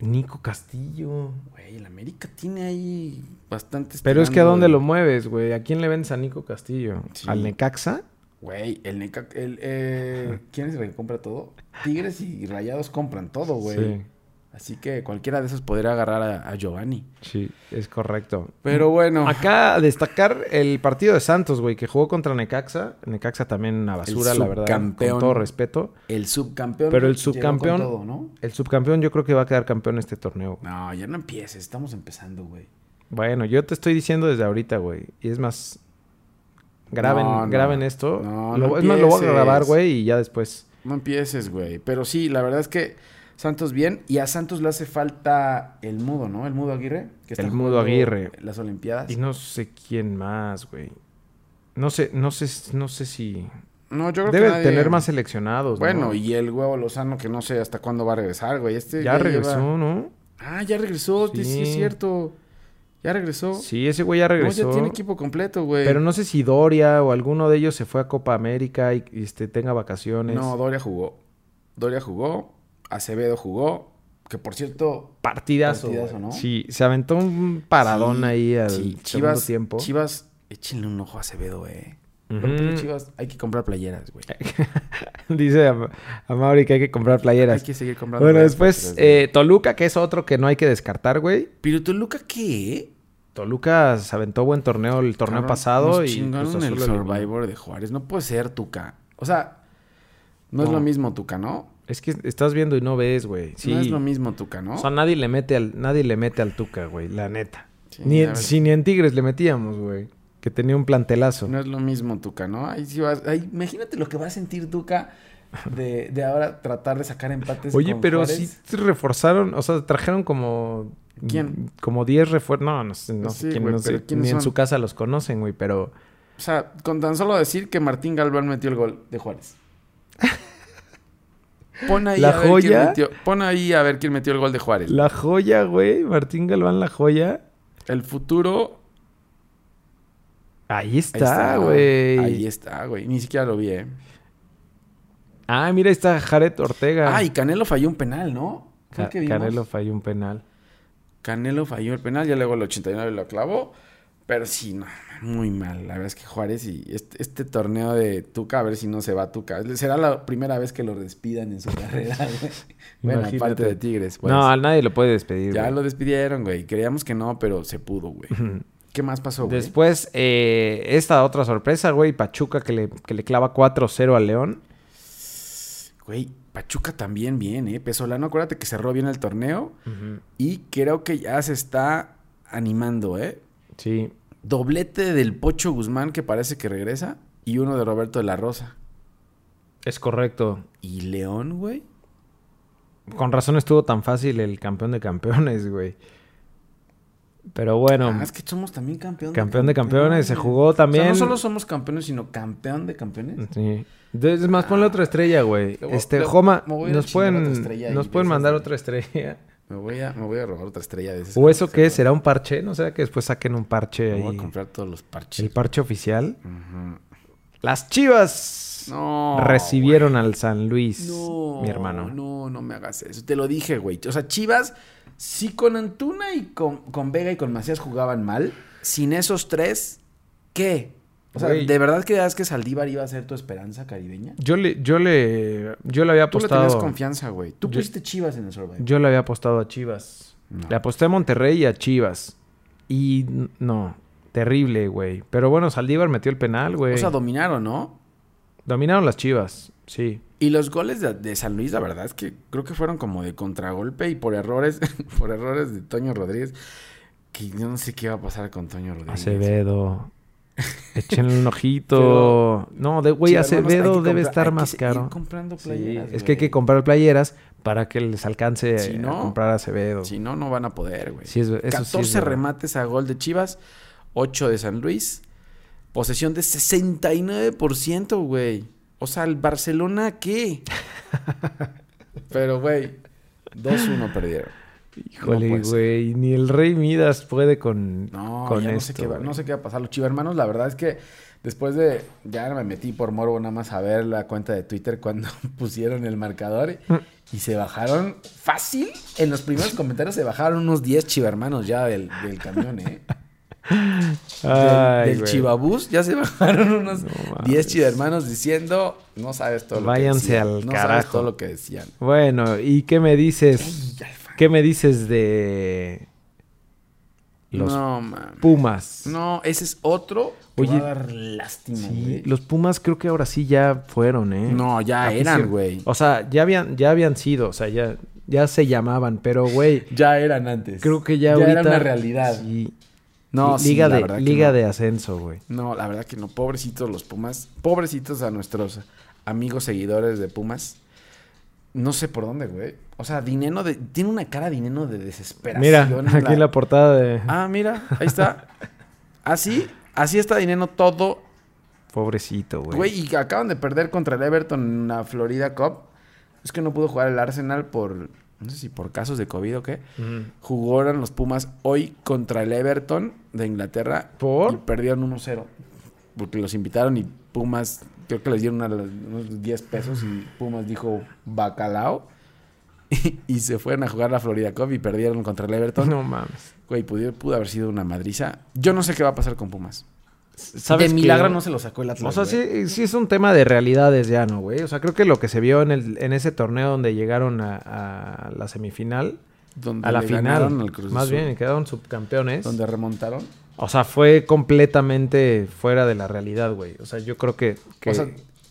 Speaker 1: Nico Castillo.
Speaker 2: Güey, el América tiene ahí bastantes.
Speaker 1: Pero es que ¿a
Speaker 2: tirando,
Speaker 1: dónde
Speaker 2: güey.
Speaker 1: lo mueves, güey? ¿A quién le vendes a Nico Castillo?
Speaker 2: Sí.
Speaker 1: ¿Al Necaxa?
Speaker 2: Güey, el Neca... El, eh, ¿Quién es el que compra todo? Tigres y Rayados compran todo, güey. Así que cualquiera de esos podría agarrar a, a Giovanni.
Speaker 1: Sí, sí, es correcto.
Speaker 2: Pero bueno,
Speaker 1: Acá a destacar el partido de Santos, güey, que jugó contra Necaxa. Necaxa también una basura, la verdad. Con
Speaker 2: subcampeón.
Speaker 1: todo respeto.
Speaker 2: el subcampeón.
Speaker 1: Pero el
Speaker 2: llegó con
Speaker 1: subcampeón-
Speaker 2: todo, ¿no?
Speaker 1: El subcampeón yo creo que va a quedar campeón este torneo. güey.
Speaker 2: No, ya no empieces, estamos empezando, güey.
Speaker 1: Bueno, yo te estoy diciendo desde ahorita, güey. Y es más, graben,
Speaker 2: No, no.
Speaker 1: graben esto.
Speaker 2: No,
Speaker 1: Lo-
Speaker 2: no
Speaker 1: es más, lo voy a
Speaker 2: empieces.
Speaker 1: grabar, güey, y ya después.
Speaker 2: No empieces, güey. Pero sí, la verdad es que Santos bien. Y a Santos le hace falta el mudo, ¿no? El mudo Aguirre. Que
Speaker 1: El
Speaker 2: jugando
Speaker 1: Mudo Aguirre.
Speaker 2: Las Olimpiadas.
Speaker 1: Y no sé quién más, güey. No sé, no sé, no sé si.
Speaker 2: No, yo creo
Speaker 1: Debe
Speaker 2: que nadie-
Speaker 1: tener más seleccionados,
Speaker 2: Bueno,
Speaker 1: ¿no?
Speaker 2: y el huevo Lozano que no sé hasta cuándo va a regresar, güey. Este
Speaker 1: ya
Speaker 2: lleva-
Speaker 1: regresó, ¿no?
Speaker 2: Ah, ya regresó, sí, sí, es
Speaker 1: Sí.
Speaker 2: cierto. Ya regresó.
Speaker 1: Sí, ese güey ya
Speaker 2: No,
Speaker 1: regresó.
Speaker 2: ya tiene equipo completo, güey.
Speaker 1: Pero no sé si Doria o alguno de ellos se fue a Copa América y y, este, tenga vacaciones.
Speaker 2: No, Doria jugó. Doria jugó. Acevedo jugó. Que por cierto.
Speaker 1: partidazo.
Speaker 2: Partidazo,
Speaker 1: güey.
Speaker 2: ¿no?
Speaker 1: Sí, se aventó un paradón
Speaker 2: sí,
Speaker 1: ahí al
Speaker 2: sí,
Speaker 1: segundo tiempo.
Speaker 2: Chivas, échenle un ojo a Acevedo, eh. Pero
Speaker 1: Ujú.
Speaker 2: por Chivas, hay que comprar playeras, güey.
Speaker 1: Dice a, a Mauri que hay que comprar playeras.
Speaker 2: Hay que seguir comprando
Speaker 1: Bueno,
Speaker 2: playeras
Speaker 1: después
Speaker 2: porque las-
Speaker 1: eh, Toluca, que es otro que no hay que descartar, güey.
Speaker 2: Pero Toluca, ¿qué?
Speaker 1: Toluca se aventó buen torneo el torneo
Speaker 2: Cabrón,
Speaker 1: pasado
Speaker 2: nos
Speaker 1: y
Speaker 2: chingaron
Speaker 1: Cruz Azul
Speaker 2: el
Speaker 1: lo eliminó.
Speaker 2: Survivor de Juárez. No puede ser, Tuca. O sea, no, es
Speaker 1: No.
Speaker 2: lo mismo, Tuca, ¿no?
Speaker 1: Es que estás viendo y no ves, güey. Sí.
Speaker 2: No es lo mismo, Tuca, ¿no?
Speaker 1: O sea, nadie le mete al, nadie le mete al Tuca, güey, la neta.
Speaker 2: Sí,
Speaker 1: ni,
Speaker 2: la
Speaker 1: en,
Speaker 2: verdad.
Speaker 1: si ni en Tigres le metíamos, güey. Que tenía un plantelazo.
Speaker 2: No es lo mismo, Tuca, ¿no? Ahí sí vas- ahí- imagínate lo que va a sentir Tuca de, de ahora tratar de sacar empates.
Speaker 1: Oye,
Speaker 2: con
Speaker 1: pero
Speaker 2: Juárez.
Speaker 1: sí se reforzaron, o sea, trajeron como...
Speaker 2: ¿Quién?
Speaker 1: Como 10 refuerzos. No, no sé, no
Speaker 2: Pues
Speaker 1: sé
Speaker 2: sí,
Speaker 1: quién,
Speaker 2: güey,
Speaker 1: no sé,
Speaker 2: pero ¿quiénes
Speaker 1: ni en
Speaker 2: son?
Speaker 1: su casa los conocen, güey, pero...
Speaker 2: O sea, con tan solo decir que Martín Galván metió el gol de Juárez. Pon ahí,
Speaker 1: ¿La
Speaker 2: a ver quién
Speaker 1: joya?
Speaker 2: metió- pon ahí a ver quién metió el gol de Juárez.
Speaker 1: La joya, güey, Martín Galván, la joya.
Speaker 2: El futuro.
Speaker 1: Ahí
Speaker 2: Ahí está,
Speaker 1: está, güey.
Speaker 2: Ahí está, güey. Ni siquiera lo vi, ¿eh?
Speaker 1: Ah, mira, ahí está Jared Ortega.
Speaker 2: Ah, y Canelo falló un penal, ¿no? Fue el
Speaker 1: Ca-
Speaker 2: que vimos.
Speaker 1: Canelo falló un penal.
Speaker 2: Canelo falló el penal, ya luego el 89 lo clavó. Pero sí, no, muy mal. La verdad es que Juárez y este, este torneo de Tuca, a ver si no se va Tuca. Será la primera vez que lo despidan en su carrera, güey. Bueno,
Speaker 1: Imagínate.
Speaker 2: aparte de Tigres, pues.
Speaker 1: no, a nadie lo puede despedir.
Speaker 2: ya
Speaker 1: güey.
Speaker 2: lo despidieron, güey. Creíamos que no, pero se pudo, güey. ¿Qué más pasó, güey?
Speaker 1: Después, eh, esta otra sorpresa, güey, Pachuca que le, que le clava 4-0 al León.
Speaker 2: Güey, Pachuca también bien, ¿eh? Pesolano, acuérdate que cerró bien el torneo. Y creo que ya se está animando, ¿eh?
Speaker 1: Sí.
Speaker 2: Doblete del Pocho Guzmán, que parece que regresa. Y uno de Roberto de la Rosa.
Speaker 1: Es correcto.
Speaker 2: ¿Y León, güey?
Speaker 1: Con razón estuvo tan fácil el campeón de campeones, güey. Pero bueno,
Speaker 2: Ah, es que somos también campeón.
Speaker 1: Campeón de campeones, se jugó también. Mm.
Speaker 2: O sea, no solo somos campeones, sino campeón de campeones.
Speaker 1: sí. Entonces, es más, ponle otra estrella, güey.
Speaker 2: Luego-
Speaker 1: Este,
Speaker 2: luego
Speaker 1: Joma,
Speaker 2: me voy a
Speaker 1: nos
Speaker 2: chingar otra
Speaker 1: pueden,
Speaker 2: estrella
Speaker 1: nos
Speaker 2: y
Speaker 1: pueden
Speaker 2: de
Speaker 1: mandar
Speaker 2: esas-
Speaker 1: otra estrella.
Speaker 2: Me voy a, me voy a robar otra estrella de esas.
Speaker 1: ¿O eso
Speaker 2: que
Speaker 1: qué? ¿Será un parche? ¿No será que después saquen un parche
Speaker 2: Me voy
Speaker 1: ahí?
Speaker 2: a comprar todos los parches.
Speaker 1: ¿El parche oficial?
Speaker 2: Ujú.
Speaker 1: Las chivas
Speaker 2: No.
Speaker 1: recibieron al San Luis,
Speaker 2: No,
Speaker 1: mi hermano.
Speaker 2: No, no me hagas eso. Te lo dije, güey. O sea, Chivas, si con Antuna y con, con Vega y con Macías jugaban mal, sin esos tres, ¿qué? O sea,
Speaker 1: Güey.
Speaker 2: ¿de verdad creías que Saldívar iba a ser tu esperanza caribeña?
Speaker 1: Yo le, yo le, yo le había
Speaker 2: Tú le tenías
Speaker 1: apostado.
Speaker 2: confianza, güey. Tú
Speaker 1: Yo-
Speaker 2: pusiste Chivas en el Survivor.
Speaker 1: Yo le había apostado a Chivas.
Speaker 2: No.
Speaker 1: Le aposté a Monterrey y a Chivas. Y n- no, terrible, güey. Pero bueno, Saldívar metió el penal, güey.
Speaker 2: O sea, dominaron, ¿no?
Speaker 1: Dominaron las Chivas, sí.
Speaker 2: Y los goles de, de San Luis, la verdad es que creo que fueron como de contragolpe y por errores, por errores de Toño Rodríguez, que yo no sé qué iba a pasar con Toño Rodríguez.
Speaker 1: Acevedo, Échenle un ojito. no, de, güey,
Speaker 2: Sí, algunos hay
Speaker 1: Acevedo
Speaker 2: que
Speaker 1: debe
Speaker 2: comprar-
Speaker 1: estar
Speaker 2: hay que
Speaker 1: más
Speaker 2: seguir
Speaker 1: caro.
Speaker 2: comprando
Speaker 1: Sí,
Speaker 2: playeras,
Speaker 1: es que hay
Speaker 2: güey.
Speaker 1: que comprar playeras para que les alcance
Speaker 2: Si
Speaker 1: eh,
Speaker 2: no-
Speaker 1: a comprar Acevedo.
Speaker 2: Si no, no van a poder, güey.
Speaker 1: Sí, es- eso sí es
Speaker 2: 14
Speaker 1: verdad.
Speaker 2: remates a gol de Chivas, 8 de San Luis, posesión de 69%, güey. O sea, el Barcelona, ¿qué? Pero, güey, 2-1 perdieron.
Speaker 1: Híjole,
Speaker 2: No puede ser.
Speaker 1: güey, ni el Rey Midas puede con,
Speaker 2: No,
Speaker 1: con
Speaker 2: ya
Speaker 1: esto.
Speaker 2: no, sé qué va, no
Speaker 1: güey.
Speaker 2: sé qué va a pasar. Los chivermanos, la verdad es que después de. Ya me metí por morbo nada más a ver la cuenta de Twitter cuando pusieron el marcador y se bajaron fácil. En los primeros comentarios se bajaron unos 10 chivermanos ya del, del camión, ¿eh? Del,
Speaker 1: Ay,
Speaker 2: del
Speaker 1: güey.
Speaker 2: chivabús ya se bajaron unos
Speaker 1: mames.
Speaker 2: 10 chivermanos diciendo: No sabes todo lo
Speaker 1: Váyanse
Speaker 2: que decían.
Speaker 1: al
Speaker 2: no sabes
Speaker 1: carajo".
Speaker 2: todo lo que decían.
Speaker 1: Bueno, ¿y qué me dices? ¿Qué me dices de los
Speaker 2: No, mames.
Speaker 1: Pumas?
Speaker 2: No, ese es otro. que
Speaker 1: Oye,
Speaker 2: va a dar lástima,
Speaker 1: Sí,
Speaker 2: güey.
Speaker 1: los Pumas creo que ahora sí ya fueron, ¿eh?
Speaker 2: No, ya
Speaker 1: Ah, sí,
Speaker 2: eran,
Speaker 1: sí.
Speaker 2: güey.
Speaker 1: O sea, ya habían, ya habían sido, o sea, ya, ya se llamaban, pero güey,
Speaker 2: Ya eran antes.
Speaker 1: creo que ya,
Speaker 2: Ya
Speaker 1: ahorita.
Speaker 2: era una realidad.
Speaker 1: Sí.
Speaker 2: No, sí,
Speaker 1: liga
Speaker 2: la
Speaker 1: de,
Speaker 2: verdad que
Speaker 1: liga
Speaker 2: no.
Speaker 1: de ascenso, güey.
Speaker 2: No, la verdad que no. Pobrecitos los Pumas. Pobrecitos a nuestros amigos seguidores de Pumas. No sé por dónde, güey. O sea, Dineno de... tiene una cara Dineno de desesperación.
Speaker 1: Mira,
Speaker 2: en
Speaker 1: aquí en la portada de
Speaker 2: Ah, mira, ahí está. Así, así está Dineno todo.
Speaker 1: pobrecito, güey.
Speaker 2: Güey, y acaban de perder contra el Everton en la Florida Cup. Es que no pudo jugar el Arsenal por... No sé si por casos de COVID o qué.
Speaker 1: Mm.
Speaker 2: jugaron los Pumas hoy contra el Everton de Inglaterra.
Speaker 1: ¿Por?
Speaker 2: Y perdieron 1-0. Porque los invitaron y Pumas, creo que les dieron una- unos 10 pesos y Pumas dijo bacalao. Y, y se fueron a jugar la Florida Cup y perdieron contra el Everton.
Speaker 1: No mames.
Speaker 2: Güey, pudo, pudo haber sido una madriza. Yo no sé qué va a pasar con Pumas.
Speaker 1: ¿Sabes
Speaker 2: de
Speaker 1: qué?
Speaker 2: milagro no se lo sacó el Atlas.
Speaker 1: O sea, sí,
Speaker 2: güey.
Speaker 1: sí es un tema de realidades ya, ¿no, güey? O sea, creo que lo que se vio en, el, en ese torneo donde llegaron a, a la semifinal,
Speaker 2: Donde
Speaker 1: a la
Speaker 2: le
Speaker 1: final,
Speaker 2: ganaron al Cruz
Speaker 1: más
Speaker 2: Azul.
Speaker 1: bien, y quedaron subcampeones.
Speaker 2: Donde remontaron.
Speaker 1: O sea, fue completamente fuera de la realidad, güey. O sea, yo creo que, que
Speaker 2: o sea,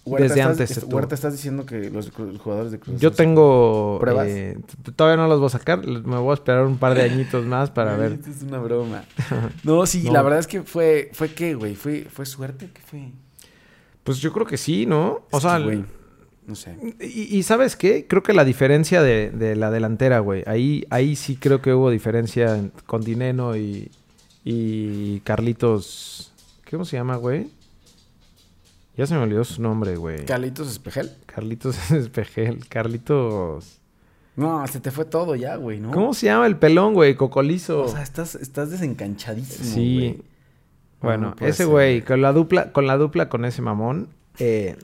Speaker 1: desde
Speaker 2: estás,
Speaker 1: antes
Speaker 2: est-
Speaker 1: se tuvo.
Speaker 2: Huerta, estás diciendo que los cru- jugadores de Cruz
Speaker 1: Yo
Speaker 2: Azul-
Speaker 1: tengo...
Speaker 2: ¿Pruebas?
Speaker 1: eh, t- todavía no los voy a sacar. l- Me voy a esperar un par de añitos más para
Speaker 2: Ay,
Speaker 1: ver.
Speaker 2: esto Es una broma. No, sí,
Speaker 1: No.
Speaker 2: la verdad es que fue, fue qué, güey, fue, fue suerte, ¿qué fue?
Speaker 1: Pues yo creo que sí, ¿no? O
Speaker 2: Es
Speaker 1: sea,
Speaker 2: que, güey, no sé.
Speaker 1: Y, y ¿sabes qué? Creo que la diferencia de, de la delantera, güey. Ahí, ahí sí creo que hubo diferencia en- con Dineno y, y Carlitos... ¿Cómo se llama, güey? Ya se me olvidó su nombre, güey.
Speaker 2: Carlitos Espejel.
Speaker 1: Carlitos Espejel. Carlitos...
Speaker 2: No, se te fue todo ya, güey, ¿no?
Speaker 1: ¿Cómo se llama el pelón, güey? Cocolizo.
Speaker 2: O sea, estás, estás desenganchadísimo,
Speaker 1: sí.
Speaker 2: güey.
Speaker 1: Bueno,
Speaker 2: No puede
Speaker 1: ese
Speaker 2: ser.
Speaker 1: güey, con la dupla, con la dupla con ese mamón, eh,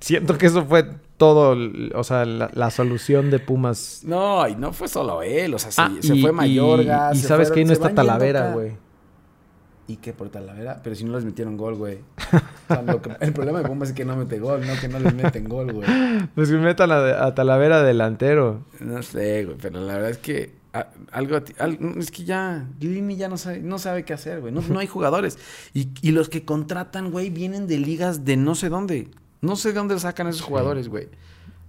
Speaker 1: siento que eso fue todo, l- o sea, la, la solución de Pumas.
Speaker 2: No, y no fue solo él, o sea, sí,
Speaker 1: Ah,
Speaker 2: se
Speaker 1: y-
Speaker 2: fue
Speaker 1: y-
Speaker 2: Mayorga.
Speaker 1: Y,
Speaker 2: se
Speaker 1: sabes
Speaker 2: fueron-
Speaker 1: que ahí no
Speaker 2: se
Speaker 1: está
Speaker 2: van yendo
Speaker 1: Talavera,
Speaker 2: acá.
Speaker 1: güey.
Speaker 2: ¿Y qué por Talavera? Pero si no les metieron gol, güey. O sea, lo que- el problema de Pumas es que no mete gol, no que no les meten gol, güey.
Speaker 1: Pues que meta a Talavera delantero.
Speaker 2: No sé, güey, pero la verdad es que a- algo, a ti- al- es que ya Lini ya no sabe, no sabe qué hacer, güey. No, no hay jugadores. Y, y los que contratan, güey, vienen de ligas de no sé dónde. No sé de dónde sacan esos jugadores, güey.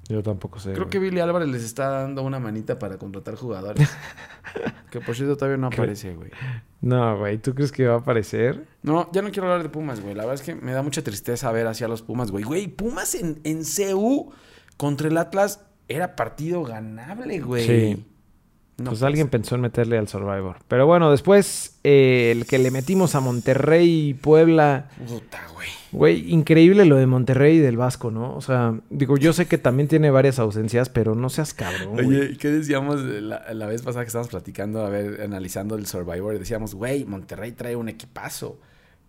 Speaker 1: Yo tampoco sé.
Speaker 2: Creo que Billy Álvarez les está dando una manita para contratar jugadores. que por cierto todavía no aparece, güey.
Speaker 1: No, güey, ¿tú crees que va a aparecer?
Speaker 2: No, ya no quiero hablar de Pumas, güey. La verdad es que me da mucha tristeza ver hacia los Pumas, güey. Güey, Pumas en, en CU contra el Atlas era partido ganable, güey.
Speaker 1: Sí.
Speaker 2: No
Speaker 1: pues
Speaker 2: puede
Speaker 1: alguien pensó en meterle al Survivor. Pero bueno, después eh, el que le metimos a Monterrey y Puebla.
Speaker 2: Puta, güey.
Speaker 1: Güey, increíble lo de Monterrey y del Vasco, ¿no? O sea, digo, yo sé que también tiene varias ausencias, pero no seas cabrón, güey.
Speaker 2: Oye, ¿qué decíamos de la, la vez pasada que estábamos platicando, a ver, analizando el Survivor? Decíamos, güey, Monterrey trae un equipazo.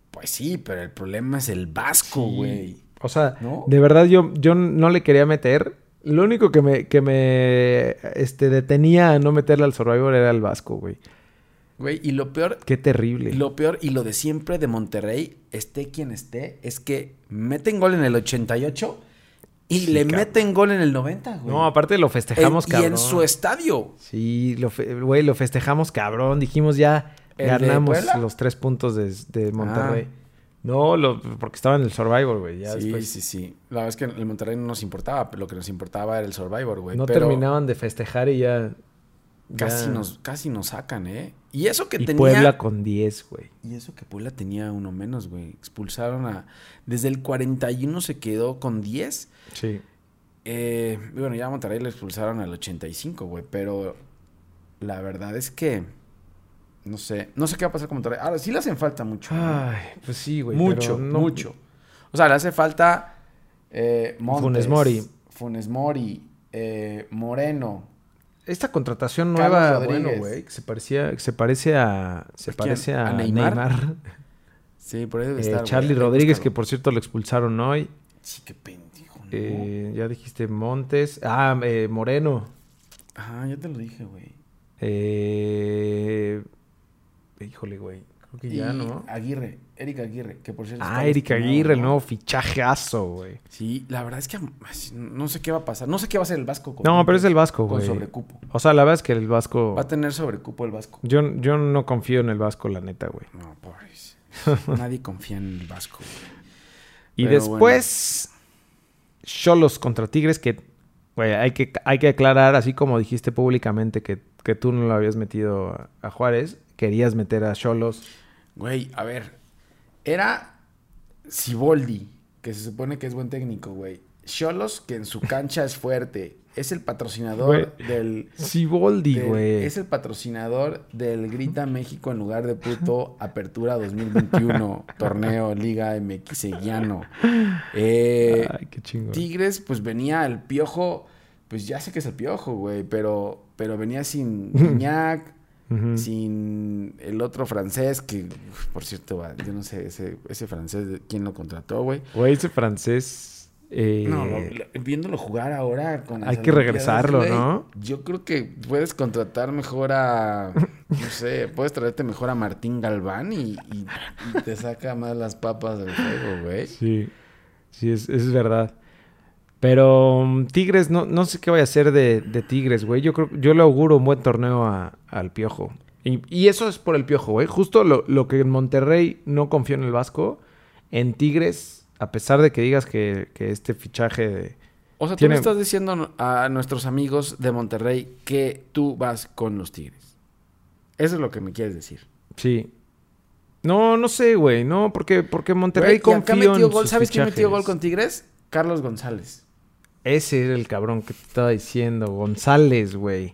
Speaker 2: Pues sí, pero el problema es el Vasco, güey.
Speaker 1: O sea,
Speaker 2: ¿No?
Speaker 1: de verdad yo, yo no le quería meter. Lo único que me, que me este, detenía a no meterle al Survivor era el Vasco, güey.
Speaker 2: Güey, y lo peor,
Speaker 1: Qué terrible.
Speaker 2: lo peor y lo de siempre de Monterrey, esté quien esté, es que meten gol en el 88 y le
Speaker 1: cabrón.
Speaker 2: meten gol en el 90, güey.
Speaker 1: No, aparte lo festejamos,
Speaker 2: En- Eh, Y
Speaker 1: cabrón.
Speaker 2: en su estadio.
Speaker 1: Sí, lo fe- güey, lo festejamos, cabrón. Dijimos ya
Speaker 2: ¿El de
Speaker 1: ganamos
Speaker 2: Puebla? Ah.
Speaker 1: los tres puntos de, de Monterrey. No, lo- porque estaba en el Survivor, güey. Ya
Speaker 2: sí,
Speaker 1: después
Speaker 2: sí, sí. La verdad es que el Monterrey no nos importaba, lo que nos importaba era el Survivor, güey.
Speaker 1: no
Speaker 2: pero
Speaker 1: terminaban de festejar y ya...
Speaker 2: Casi
Speaker 1: ya-
Speaker 2: nos, casi nos sacan, ¿eh? Y eso que
Speaker 1: Y
Speaker 2: tenía.
Speaker 1: Puebla con 10, güey.
Speaker 2: Y eso que Puebla tenía uno menos, güey. Expulsaron a. Desde el 41 se quedó con 10.
Speaker 1: Sí.
Speaker 2: Eh, y bueno, ya a Monterrey le expulsaron al 85, güey. Pero la verdad es que. No sé. No sé qué va a pasar con Monterrey. Ahora sí le hacen falta mucho. ¿no?
Speaker 1: Ay, pues sí, güey.
Speaker 2: Ah, mucho,
Speaker 1: pero no-
Speaker 2: mucho. O sea, le hace falta. Eh, Montes,
Speaker 1: Funes Mori.
Speaker 2: Funes Mori. eh, Moreno.
Speaker 1: Esta contratación
Speaker 2: Carlos
Speaker 1: nueva,
Speaker 2: Rodríguez.
Speaker 1: bueno, güey, que se parecía, que se parece a, se
Speaker 2: ¿A quién?
Speaker 1: parece a,
Speaker 2: ¿A Neymar?
Speaker 1: Neymar.
Speaker 2: Sí, por ahí debe
Speaker 1: Eh,
Speaker 2: estar, güey.
Speaker 1: Charlie
Speaker 2: Hay que
Speaker 1: Rodríguez, que
Speaker 2: buscarlo.
Speaker 1: por cierto lo expulsaron hoy.
Speaker 2: Sí, qué pendejo, ¿no?
Speaker 1: Eh, ya dijiste Montes. Ah, eh, Moreno.
Speaker 2: Ah, ya te lo dije, güey.
Speaker 1: Eh, híjole, güey. Creo que ya,
Speaker 2: Y
Speaker 1: ¿no?
Speaker 2: Aguirre, Erika Aguirre, que por cierto.
Speaker 1: Ah,
Speaker 2: está
Speaker 1: Erika
Speaker 2: lesionado,
Speaker 1: Aguirre, el
Speaker 2: ¿no?
Speaker 1: nuevo fichajazo, güey.
Speaker 2: Sí, la verdad es que ay, no sé qué va a pasar. No sé qué va a hacer el Vasco. Con,
Speaker 1: No, pero es el Vasco,
Speaker 2: Con
Speaker 1: güey.
Speaker 2: sobrecupo.
Speaker 1: O sea, la verdad es que el Vasco.
Speaker 2: Va a tener sobrecupo el Vasco.
Speaker 1: Yo, yo no confío en el Vasco, la neta, güey.
Speaker 2: No, pobres. Nadie confía en el Vasco. güey.
Speaker 1: Y
Speaker 2: Pero
Speaker 1: después, Cholos contra Tigres, que, güey, hay que, hay que aclarar, así como dijiste públicamente que, que tú no lo habías metido a, a Juárez, querías meter a Cholos.
Speaker 2: Güey, a ver. Era Siboldi, que se supone que es buen técnico, güey. Cholos, que en su cancha es fuerte. Es el patrocinador
Speaker 1: Güey.
Speaker 2: del.
Speaker 1: Siboldi,
Speaker 2: del-
Speaker 1: güey.
Speaker 2: es el patrocinador del Grita México en lugar de puto Apertura 2021, torneo Liga MX Guiano. Eh,
Speaker 1: Ay, qué chingón.
Speaker 2: Tigres, pues venía el piojo, pues ya sé que es el piojo, güey, pero, pero venía sin Guiñac,
Speaker 1: Ujú.
Speaker 2: sin el otro francés, que uf, por cierto, va, yo no sé, ese, ese francés, de- ¿quién lo contrató, güey?
Speaker 1: Güey, ese francés. eh,
Speaker 2: No, lo- lo- viéndolo jugar ahora con las
Speaker 1: Hay que
Speaker 2: Olimpiadas,
Speaker 1: regresarlo,
Speaker 2: güey,
Speaker 1: ¿no?
Speaker 2: Yo creo que puedes contratar mejor a, no sé, puedes traerte mejor a Martín Galván y, y- y te saca más las papas del juego, güey.
Speaker 1: Sí, sí, es, es verdad. Pero mm, Tigres, no, no sé qué vaya a hacer de, de Tigres, güey. Yo creo, yo le auguro un buen torneo a- al Piojo. Y, y eso es por el Piojo, güey. Justo lo, lo que en Monterrey no confió en el Vasco, en Tigres, a pesar de que digas que, que este fichaje de...
Speaker 2: O sea, tú
Speaker 1: Tiene-
Speaker 2: le estás diciendo a nuestros amigos de Monterrey que tú vas con los Tigres. Eso es lo que me quieres decir.
Speaker 1: Sí. No, no sé, güey. No, porque, porque
Speaker 2: Güey,
Speaker 1: Monterrey
Speaker 2: y acá
Speaker 1: confió
Speaker 2: metió
Speaker 1: en
Speaker 2: gol,
Speaker 1: sus
Speaker 2: ¿Sabes quién metió gol
Speaker 1: fichajes.
Speaker 2: con Tigres? Carlos González.
Speaker 1: Ese era el cabrón que te estaba diciendo. González, güey.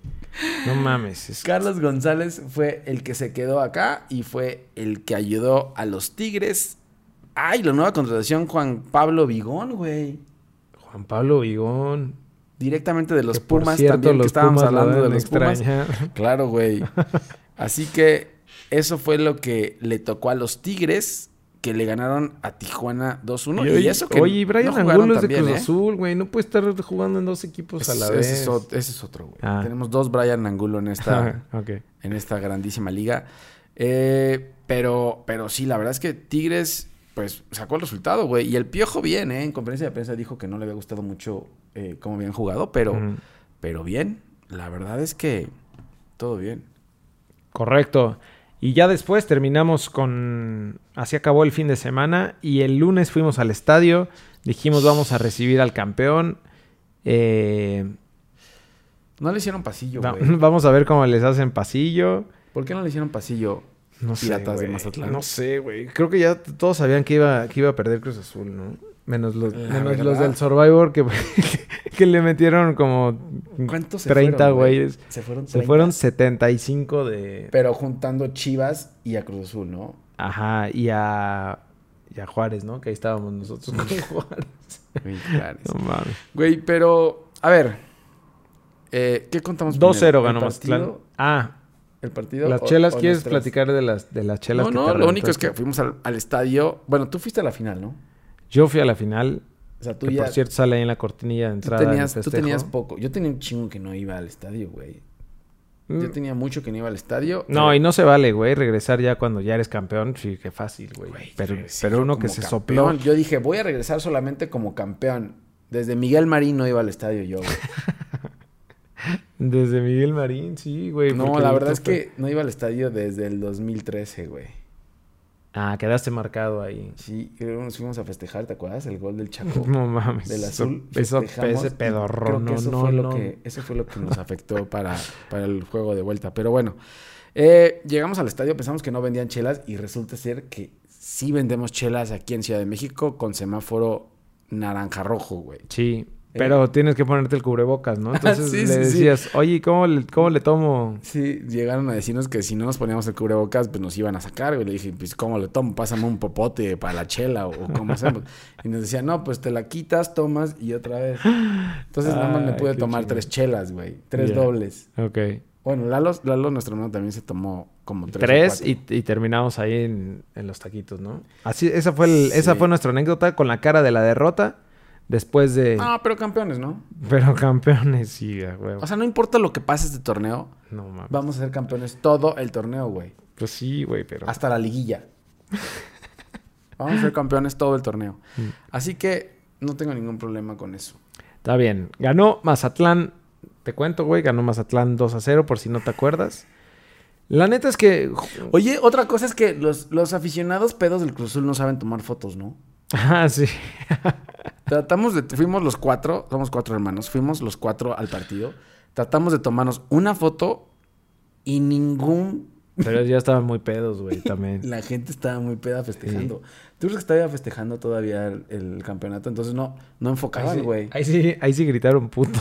Speaker 1: No mames. es-
Speaker 2: Carlos González fue el que se quedó acá y fue el que ayudó a los Tigres. Ay, la nueva contratación, Juan Pablo Vigón, güey.
Speaker 1: Juan Pablo Vigón.
Speaker 2: Directamente de los
Speaker 1: que por
Speaker 2: Pumas
Speaker 1: cierto,
Speaker 2: también, que
Speaker 1: los
Speaker 2: estábamos
Speaker 1: Pumas lo
Speaker 2: hablando de
Speaker 1: deben
Speaker 2: los Pumas.
Speaker 1: extrañar.
Speaker 2: Claro, güey. Así que eso fue lo que le tocó a los Tigres, que le ganaron a Tijuana 2-1. Y,
Speaker 1: oye,
Speaker 2: eso que
Speaker 1: oye, y Brian
Speaker 2: jugaron
Speaker 1: Angulo es de
Speaker 2: también,
Speaker 1: Cruz
Speaker 2: ¿eh?
Speaker 1: Azul, güey. No puede estar jugando en dos equipos a la
Speaker 2: Ese-
Speaker 1: vez.
Speaker 2: Ese es, ot- ese es otro, güey.
Speaker 1: Ah.
Speaker 2: Tenemos dos Brian Angulo en esta,
Speaker 1: ok.
Speaker 2: en esta grandísima liga. Eh, pero, pero sí, la verdad es que Tigres, pues, sacó el resultado, güey. Y el Piojo bien, ¿eh? En conferencia de prensa dijo que no le había gustado mucho eh, cómo habían jugado, pero,
Speaker 1: Ujú.
Speaker 2: pero bien. La verdad es que todo bien.
Speaker 1: Correcto. Y ya después terminamos con... Así acabó el fin de semana y el lunes fuimos al estadio. Dijimos vamos a recibir al campeón. Eh,
Speaker 2: No le hicieron pasillo,
Speaker 1: va-
Speaker 2: güey.
Speaker 1: vamos a ver cómo les hacen pasillo.
Speaker 2: ¿Por qué no le hicieron pasillo?
Speaker 1: No sé,
Speaker 2: Piratas de
Speaker 1: güey.
Speaker 2: Mazatlán.
Speaker 1: No sé, güey. Creo que ya t- todos sabían que iba, que iba a perder Cruz Azul, ¿no? Menos los,
Speaker 2: La
Speaker 1: menos
Speaker 2: verdad.
Speaker 1: los del Survivor que, que le metieron como
Speaker 2: ¿Cuántos se
Speaker 1: 30
Speaker 2: fueron, güey?
Speaker 1: güeyes.
Speaker 2: Se fueron
Speaker 1: Se
Speaker 2: 30.
Speaker 1: fueron 75 de...
Speaker 2: Pero juntando Chivas y a Cruz Azul, ¿no?
Speaker 1: Ajá, y a, y a Juárez, ¿no? Que ahí estábamos nosotros con Juárez.
Speaker 2: Güey, claro.
Speaker 1: No mames.
Speaker 2: Güey, pero, a ver. eh, ¿Qué contamos?
Speaker 1: 2-0
Speaker 2: primero?
Speaker 1: ganó
Speaker 2: ¿El partido?
Speaker 1: Mazatlán. Ah,
Speaker 2: ¿El partido?
Speaker 1: las
Speaker 2: o-
Speaker 1: chelas.
Speaker 2: o
Speaker 1: ¿Quieres
Speaker 2: nuestras?
Speaker 1: platicar de las, de las chelas
Speaker 2: No,
Speaker 1: que
Speaker 2: no,
Speaker 1: te
Speaker 2: lo único es que
Speaker 1: reventaste?
Speaker 2: fuimos al, al estadio. Bueno, tú fuiste a la final, ¿no?
Speaker 1: Yo fui a la final.
Speaker 2: O sea, tú
Speaker 1: Que
Speaker 2: ya.
Speaker 1: por cierto sale ahí en la cortinilla de
Speaker 2: tú,
Speaker 1: entrada. en el
Speaker 2: tenías, tú
Speaker 1: festejo.
Speaker 2: tenías poco. Yo tenía un chingo que no iba al estadio, güey. Yo
Speaker 1: Mm.
Speaker 2: tenía mucho que no iba al estadio.
Speaker 1: No,
Speaker 2: Eh,
Speaker 1: y no se vale, güey, regresar ya cuando ya eres campeón. Sí, qué fácil, güey.
Speaker 2: güey,
Speaker 1: Pero,
Speaker 2: regresé
Speaker 1: pero
Speaker 2: yo
Speaker 1: uno que
Speaker 2: como
Speaker 1: se
Speaker 2: campeón.
Speaker 1: sopló.
Speaker 2: Yo dije, voy a regresar solamente como campeón. Desde Miguel Marín no iba al estadio yo, güey.
Speaker 1: Desde Miguel Marín, sí, güey.
Speaker 2: No,
Speaker 1: porque
Speaker 2: la
Speaker 1: el
Speaker 2: verdad es
Speaker 1: otro fue-
Speaker 2: que no iba al estadio desde el 2013, güey.
Speaker 1: Ah, quedaste marcado ahí.
Speaker 2: Sí, creo que nos fuimos a festejar, ¿te acuerdas? El gol del Chaco.
Speaker 1: No mames.
Speaker 2: del
Speaker 1: eso-
Speaker 2: azul.
Speaker 1: Eso,
Speaker 2: festejamos
Speaker 1: ese
Speaker 2: y
Speaker 1: pedorro.
Speaker 2: creo que
Speaker 1: No,
Speaker 2: eso
Speaker 1: no,
Speaker 2: fue
Speaker 1: no.
Speaker 2: Lo que, eso fue lo que nos afectó para, para el juego de vuelta. Pero bueno, Eh, llegamos al estadio, pensamos que no vendían chelas y resulta ser que sí vendemos chelas aquí en Ciudad de México con semáforo naranja rojo, güey.
Speaker 1: Sí. Pero tienes que ponerte el cubrebocas, ¿no? Entonces
Speaker 2: eh, Sí,
Speaker 1: le
Speaker 2: sí, sí.
Speaker 1: decías, oye, ¿cómo le, cómo le tomo?
Speaker 2: Sí, llegaron a decirnos que si no nos poníamos el cubrebocas, pues nos iban a sacar. güey. le dije, pues, ¿cómo le tomo? Pásame un popote para la chela o cómo hacemos. y nos decían, no, pues te la quitas, tomas y otra vez. Entonces, nada más me
Speaker 1: Ay,
Speaker 2: pude
Speaker 1: qué
Speaker 2: tomar
Speaker 1: chingón.
Speaker 2: tres chelas, güey. Tres
Speaker 1: Ya.
Speaker 2: dobles.
Speaker 1: Ok.
Speaker 2: Bueno, Lalo, Lalo, nuestro hermano, también se tomó como tres. o
Speaker 1: Tres
Speaker 2: cuatro.
Speaker 1: y, y terminamos ahí en, en los taquitos, ¿no? Así, esa fue, el-
Speaker 2: Sí.
Speaker 1: esa fue nuestra anécdota con la cara de la derrota después de...
Speaker 2: Ah, pero campeones, ¿no?
Speaker 1: Pero campeones, sí, a huevo.
Speaker 2: O sea, no importa lo que pase este torneo,
Speaker 1: No mames.
Speaker 2: vamos a ser campeones todo el torneo, güey.
Speaker 1: Pues sí, güey, pero...
Speaker 2: Hasta la liguilla. Vamos a ser campeones todo el torneo.
Speaker 1: Mm.
Speaker 2: Así que no tengo ningún problema con eso.
Speaker 1: Está bien. Ganó Mazatlán. Te cuento, güey. Ganó Mazatlán 2 a 0, por si no te acuerdas. La neta es que.
Speaker 2: Oye, otra cosa es que los, los aficionados pedos del Cruz Azul no saben tomar fotos, ¿no?
Speaker 1: Ah, sí.
Speaker 2: Tratamos de... Fuimos los cuatro, somos cuatro hermanos, fuimos los cuatro al partido. Tratamos de tomarnos una foto y ningún...
Speaker 1: Pero ya estaban muy pedos, güey, también.
Speaker 2: La gente estaba muy peda festejando. Tú crees que estaba festejando todavía el, el campeonato, entonces no, no enfocaban,
Speaker 1: Ahí sí,
Speaker 2: güey.
Speaker 1: ahí sí, ahí sí gritaron puto.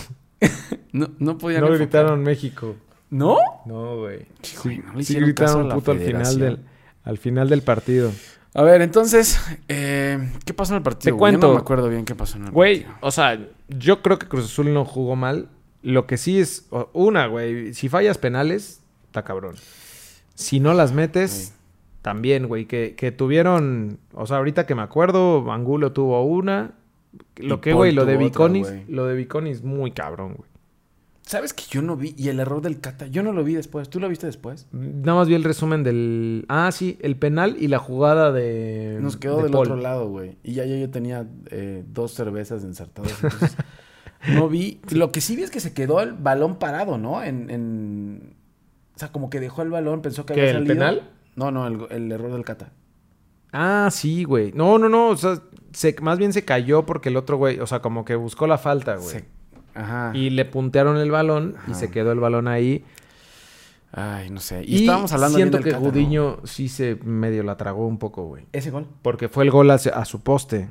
Speaker 2: No, no podían
Speaker 1: No
Speaker 2: enfocar.
Speaker 1: gritaron México.
Speaker 2: ¿No?
Speaker 1: No, güey.
Speaker 2: güey, no le
Speaker 1: Sí
Speaker 2: hicieron caso a
Speaker 1: gritaron
Speaker 2: la
Speaker 1: puto al final,
Speaker 2: federación.
Speaker 1: del, al final del partido.
Speaker 2: A ver, entonces, eh, ¿qué pasó en el partido?
Speaker 1: Te
Speaker 2: güey? Yo
Speaker 1: cuento.
Speaker 2: no me acuerdo bien qué pasó en el
Speaker 1: Güey,
Speaker 2: partido.
Speaker 1: o sea, yo creo que Cruz Azul no jugó mal. Lo que sí es, o- una, güey, si fallas penales, está cabrón. Si no las metes, también, güey, que, que tuvieron, o sea, ahorita que me acuerdo, Angulo tuvo una. Lo
Speaker 2: Y
Speaker 1: que, güey,
Speaker 2: Paul
Speaker 1: lo de
Speaker 2: tuvo otra,
Speaker 1: Viconis,
Speaker 2: güey.
Speaker 1: lo de Viconis, muy cabrón, güey.
Speaker 2: ¿Sabes que yo no vi? Y el error del Cata, yo no lo vi después. ¿Tú lo viste después?
Speaker 1: Nada más vi el resumen del... Ah, sí, el penal y la jugada de...
Speaker 2: Nos quedó
Speaker 1: de
Speaker 2: del
Speaker 1: Paul.
Speaker 2: otro lado, güey. Y ya yo, yo tenía eh, dos cervezas ensartadas. Entonces, no vi. Lo que sí vi es que se quedó el balón parado, ¿no? En, en- O sea, como que dejó el balón, pensó que
Speaker 1: ¿Qué,
Speaker 2: había
Speaker 1: el
Speaker 2: salido.
Speaker 1: penal?
Speaker 2: No, no, el, el error del Cata.
Speaker 1: Ah, sí, güey. No, no, no, o sea, se- más bien se cayó porque el otro, güey, o sea, como que buscó la falta, güey.
Speaker 2: Se- Ajá.
Speaker 1: Ah, y le puntearon el balón y
Speaker 2: Ajá.
Speaker 1: se quedó el balón ahí.
Speaker 2: Ay, no sé. Y, estábamos hablando bien
Speaker 1: siento
Speaker 2: del
Speaker 1: que
Speaker 2: Cata, ¿no?
Speaker 1: Gudiño sí se medio la tragó un poco, güey.
Speaker 2: Ese gol.
Speaker 1: Porque fue el gol a, a su poste.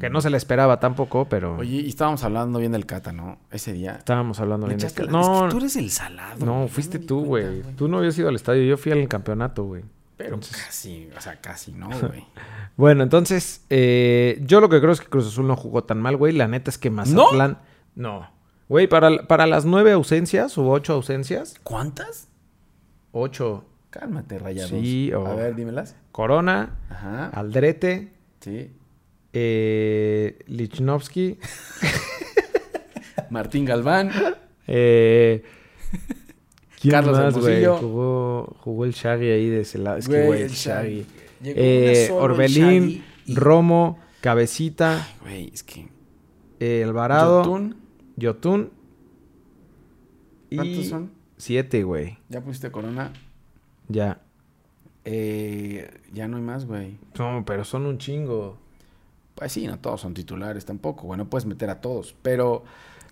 Speaker 1: Que no se le esperaba tampoco, pero
Speaker 2: Mm. Oye, y estábamos hablando bien del Cata, ¿no? Ese día.
Speaker 1: estábamos hablando
Speaker 2: Le
Speaker 1: bien de
Speaker 2: echaste
Speaker 1: esto.
Speaker 2: la- es
Speaker 1: No,
Speaker 2: que tú eres el salado.
Speaker 1: no,
Speaker 2: güey.
Speaker 1: fuiste
Speaker 2: me di
Speaker 1: tú,
Speaker 2: cuenta,
Speaker 1: güey. Tú no habías ido al estadio, yo fui al campeonato, güey.
Speaker 2: Pero casi, o sea, casi no, güey.
Speaker 1: Bueno, entonces, eh, yo lo que creo es que Cruz Azul no jugó tan mal, güey. La neta es que Mazatlán... No. Güey, para, para las nueve ausencias o ocho ausencias...
Speaker 2: ¿Cuántas?
Speaker 1: Ocho.
Speaker 2: Cálmate, rayados.
Speaker 1: Sí, o-
Speaker 2: A ver, dímelas.
Speaker 1: Corona,
Speaker 2: Ajá.
Speaker 1: Aldrete,
Speaker 2: Sí.
Speaker 1: eh, Lichnowsky,
Speaker 2: Martín Galván.
Speaker 1: eh, ¿quién
Speaker 2: Carlos
Speaker 1: más, güey?
Speaker 2: Hermosillo.
Speaker 1: Jugó, jugó el Shaggy ahí de ese lado. Es que,
Speaker 2: Güey,
Speaker 1: güey,
Speaker 2: el
Speaker 1: el Shaggy.
Speaker 2: Shaggy. Llegó
Speaker 1: Eh,
Speaker 2: una solo el
Speaker 1: Orbelín,
Speaker 2: Shaggy y-
Speaker 1: Romo, Cabecita,
Speaker 2: Güey, es que.
Speaker 1: eh, Alvarado, Yotun.
Speaker 2: Yotun,
Speaker 1: y
Speaker 2: ¿Cuántos son?
Speaker 1: Siete, güey.
Speaker 2: Ya pusiste corona.
Speaker 1: Ya.
Speaker 2: Eh, ya no hay más, güey.
Speaker 1: No, pero son un chingo.
Speaker 2: Pues sí, no todos son titulares tampoco, güey. No puedes meter a todos. Pero.